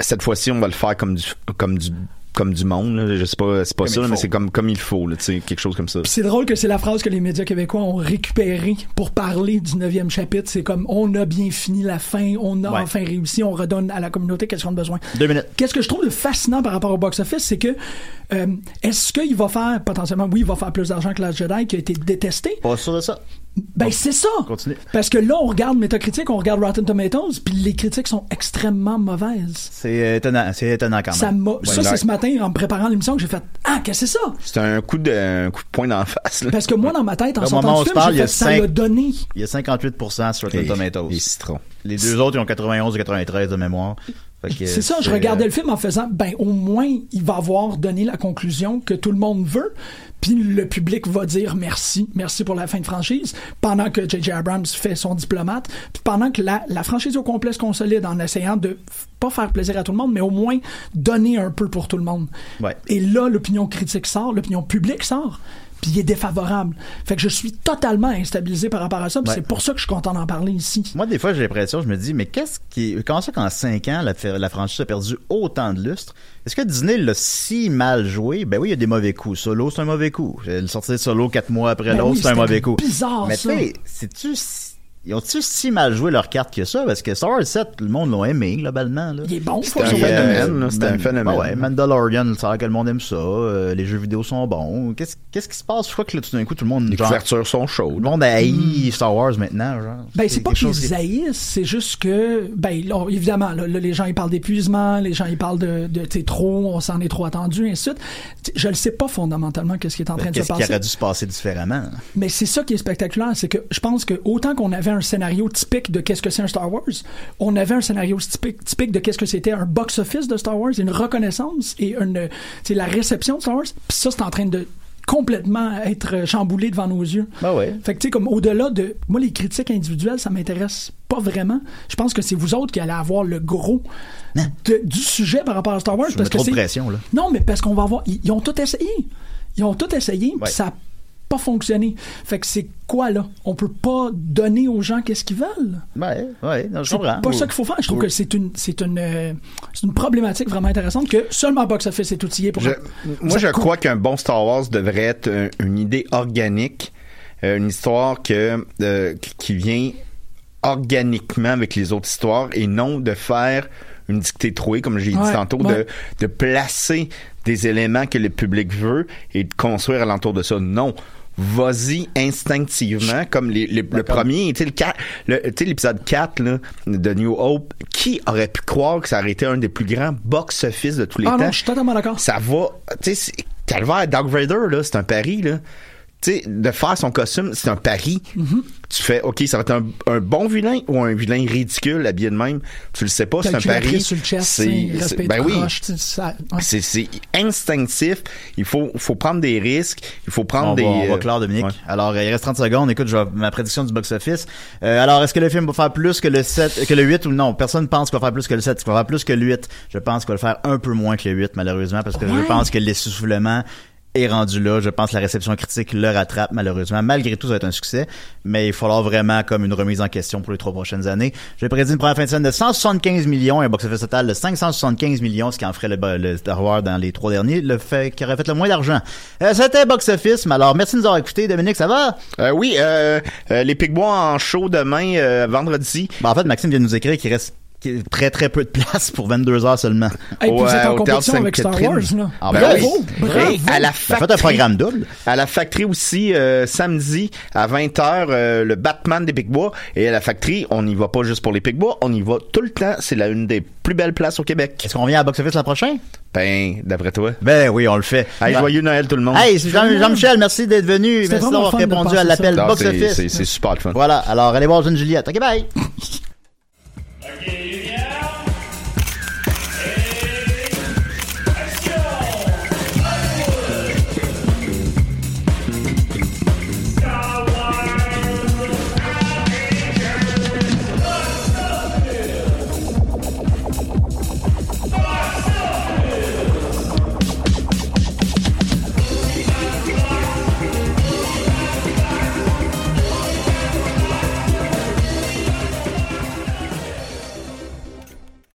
Speaker 9: cette fois-ci, on va le faire comme du, comme du, comme du monde. là. Je sais pas, c'est pas
Speaker 8: Comme
Speaker 9: ça,
Speaker 8: il
Speaker 9: mais
Speaker 8: faut.
Speaker 9: c'est comme, comme il faut, là, tu sais, quelque chose comme ça.
Speaker 8: Puis C'est drôle que c'est la phrase que les médias québécois ont récupérée pour parler du neuvième chapitre. C'est comme on a bien fini la fin, on a
Speaker 5: Ouais.
Speaker 8: enfin réussi, on redonne à la communauté qu'est-ce qu'on a besoin.
Speaker 5: Deux minutes.
Speaker 8: Qu'est-ce que je trouve de fascinant par rapport au box-office, c'est que euh, est-ce qu'il va faire potentiellement, oui, il va faire plus d'argent que Last Jedi qui a été détesté.
Speaker 5: Pas sûr de ça.
Speaker 8: Ben c'est ça. Parce que là, on regarde Metacritic, on regarde Rotten Tomatoes, puis les critiques sont extrêmement mauvaises.
Speaker 5: C'est étonnant, c'est étonnant quand même.
Speaker 8: Ça, m'a- ça c'est
Speaker 9: Like.
Speaker 8: ce matin en me préparant l'émission que j'ai fait ah qu'est-ce que c'est ça
Speaker 9: C'est un coup de, un coup de poing dans la face. là.
Speaker 8: parce que moi dans ma tête en
Speaker 5: Au
Speaker 8: sortant
Speaker 5: moment où on se
Speaker 8: du film
Speaker 5: parle,
Speaker 8: j'ai
Speaker 5: il y a
Speaker 8: fait, ça
Speaker 5: cinq-
Speaker 8: l'a donné
Speaker 5: Il y a 58% sur Rotten
Speaker 9: Et-
Speaker 5: Tomatoes.
Speaker 9: et citron.
Speaker 5: Les deux autres, ils ont 91 ou 93 de mémoire. Fait que,
Speaker 8: C'est ça, je
Speaker 5: euh,
Speaker 8: regardais le film en faisant, ben au moins il va avoir donné la conclusion que tout le monde veut, puis le public va dire merci, merci pour la fin de franchise, pendant que J.J. Abrams fait son diplomate, puis pendant que la, la franchise au complet se consolide en essayant de f- pas faire plaisir à tout le monde, mais au moins donner un peu pour tout le monde.
Speaker 5: Ouais.
Speaker 8: Et là, l'opinion critique sort, l'opinion publique sort. Puis il est défavorable. Fait que je suis totalement instabilisé par rapport à ça. puis
Speaker 5: Ouais.
Speaker 8: c'est pour ça que je suis content d'en parler ici.
Speaker 5: Moi, des fois, j'ai l'impression, je me dis, mais qu'est-ce qui. Comment ça qu'en 5 ans, la, fer- la franchise a perdu autant de lustre Est-ce que Disney l'a si mal joué Ben oui, il y a des mauvais coups. Solo, c'est un mauvais coup. Le sortir Solo 4 mois après
Speaker 8: Ben
Speaker 5: l'autre,
Speaker 8: oui,
Speaker 5: c'est un
Speaker 8: c'était
Speaker 5: mauvais coup.
Speaker 8: bizarre,
Speaker 5: mais
Speaker 8: ça.
Speaker 5: tu sais, c'est-tu. si- Ils ont-tu si mal joué leur carte que ça? Parce que Star Wars 7, le monde l'a aimé, globalement. Là.
Speaker 8: Il est bon,
Speaker 5: Puis,
Speaker 8: faut
Speaker 5: euh,
Speaker 8: le dire.
Speaker 9: phénomène, là, c'était
Speaker 5: Man-
Speaker 9: un phénomène.
Speaker 5: Ah ouais, Mandalorian, ça a l'air que le monde aime ça. euh, les jeux vidéo sont bons. Qu'est-ce qu'est-ce qui se passe? Je crois que là, tout d'un coup, tout le monde.
Speaker 9: Les
Speaker 5: genre,
Speaker 9: couvertures sont chaudes.
Speaker 5: Le monde haït Star Wars maintenant. Genre.
Speaker 8: Ben, c'est pas
Speaker 5: quelque
Speaker 8: qu'ils
Speaker 5: chose qui-
Speaker 8: haïssent, c'est juste que, ben, là, évidemment, là, là, les gens, ils parlent d'épuisement, les gens, ils parlent de, de t'es trop, on s'en est trop attendu, ainsi de suite. T'sais, Je le sais pas fondamentalement qu'est-ce qui est en train de se
Speaker 5: Ben, Qu'est-ce qui
Speaker 8: passer.
Speaker 5: aurait dû se passer différemment?
Speaker 8: Mais c'est ça qui est spectaculaire, c'est que je pense que autant qu'on avait un scénario typique de qu'est-ce que c'est un Star Wars, on avait un scénario typique, typique de qu'est-ce que c'était un box-office de Star Wars, une reconnaissance et une, c'est la réception de Star Wars. Puis ça, c'est en train de complètement être chamboulé devant nos yeux.
Speaker 5: Ben ouais.
Speaker 8: Fait que tu sais, comme au-delà de. Moi, les critiques individuelles, ça m'intéresse pas vraiment. Je pense que c'est vous autres qui allez avoir le gros de- du sujet par rapport à Star Wars.
Speaker 5: Hein? Je
Speaker 8: parce
Speaker 5: mets trop
Speaker 8: que
Speaker 5: de
Speaker 8: c'est-
Speaker 5: pression, là.
Speaker 8: Non, mais parce qu'on va avoir. Ils, ils ont tout essayé. Ils ont tout essayé, puis
Speaker 5: Ouais.
Speaker 8: ça a pas fonctionné. Fait que c'est quoi, là? On peut pas donner aux gens qu'est-ce qu'ils veulent.
Speaker 5: Ouais, ouais, non, je
Speaker 8: C'est
Speaker 5: comprends.
Speaker 8: pas ça qu'il faut faire. Je trouve
Speaker 5: Oui.
Speaker 8: que c'est une, c'est une, euh, c'est une problématique vraiment intéressante que seulement Box Office est outillé pour.
Speaker 9: Je- moi,
Speaker 8: Ça
Speaker 9: je
Speaker 8: coûte-
Speaker 9: crois qu'un bon Star Wars devrait être un- une idée organique, euh, une histoire que, euh, qui- qui vient organiquement avec les autres histoires et non de faire une dictée trouée, comme j'ai
Speaker 8: Ouais,
Speaker 9: dit tantôt,
Speaker 8: ouais.
Speaker 9: de, de placer des éléments que le public veut et de construire alentour de ça. Non. Vas-y instinctivement, comme les- les- le premier, tu sais, le quat- le- tu sais, l'épisode 4 là, de New Hope, qui aurait pu croire que ça aurait été un des plus grands box-office de tous les
Speaker 8: Ah
Speaker 9: temps?
Speaker 8: non, je suis totalement d'accord.
Speaker 9: ça va. Tu sais, c'est- Calvaire, Dark Vader, là, c'est un pari, là. Tu sais, de faire son costume, c'est un pari. Tu fais, OK, ça va être un, un bon vilain ou un vilain ridicule habillé de même. Tu le sais pas, c'est un
Speaker 8: Calculatrice
Speaker 9: pari.
Speaker 8: sur le chest,
Speaker 9: C'est-
Speaker 8: tu sais,
Speaker 9: c'est-
Speaker 8: respect
Speaker 9: ben
Speaker 8: de
Speaker 9: oui.
Speaker 8: proche, tu sais, ça- hein. ouais.
Speaker 9: C'est, c'est instinctif. Il faut, faut prendre des risques. Il faut prendre
Speaker 5: on
Speaker 9: des.
Speaker 5: Va, on va
Speaker 9: euh,
Speaker 5: clore, Dominique. Alors, euh, il reste 30 secondes. Écoute, je vais- ma prédiction du box-office. Euh, alors, est-ce que le film va faire plus que le 7, que le 8 ou non? Personne pense qu'il va faire plus que le 7. Est-ce qu'il va faire plus que le 8? Je pense qu'il va le faire un peu moins que le 8, malheureusement, parce que
Speaker 8: Ouais.
Speaker 5: je pense que l'essoufflement est rendu là. Je pense que la réception critique le rattrape, malheureusement. Malgré tout, ça va être un succès, mais il va falloir vraiment comme une remise en question pour les trois prochaines années. J'ai prédit une première fin de semaine de 175 millions et un box-office total de 575 millions, ce qui en ferait le, bo- le Star Wars dans les trois derniers, le fait qu'il aurait fait le moins d'argent. Euh, C'était box-office, mais alors merci de nous avoir écoutés. Dominique, ça va?
Speaker 9: Euh, oui, euh, euh, les Picbois en show demain, euh, vendredi.
Speaker 5: Ben, en fait, Maxime vient de nous écrire qu'il reste qu'il y a très très peu de place pour 22 heures seulement.
Speaker 8: Hey, puis vous êtes en
Speaker 9: au
Speaker 8: compétition
Speaker 9: Théâtre
Speaker 8: avec Star
Speaker 9: Sainte-Catherine.
Speaker 8: Wars, là.
Speaker 5: Ah, ben Bravo,
Speaker 9: oui.
Speaker 5: bravo.
Speaker 9: Et à la
Speaker 5: Vous
Speaker 9: factory,
Speaker 5: faites un programme double.
Speaker 9: À la factory aussi, euh, samedi, à 20h, euh, le Batman des Picbois. Et à la factory, on n'y va pas juste pour les Picbois, on y va tout le temps. C'est la- une des plus belles places au Québec.
Speaker 5: Est-ce qu'on vient à Box Office l'an prochain?
Speaker 9: Ben, d'après toi.
Speaker 5: Ben oui, on le fait.
Speaker 9: Hey, joyeux Noël tout le monde.
Speaker 5: Hey, c'est Jean- Jean-Michel, merci d'être venu.
Speaker 9: C'était
Speaker 5: Merci
Speaker 9: vraiment
Speaker 5: d'avoir
Speaker 9: fun de
Speaker 5: répondu
Speaker 9: passer
Speaker 5: à l'appel
Speaker 9: ça. Non,
Speaker 5: Box
Speaker 9: c'est-
Speaker 5: Office.
Speaker 9: c'est- c'est super le fun.
Speaker 5: Voilà, alors allez voir Jeune Juliette. OK, bye.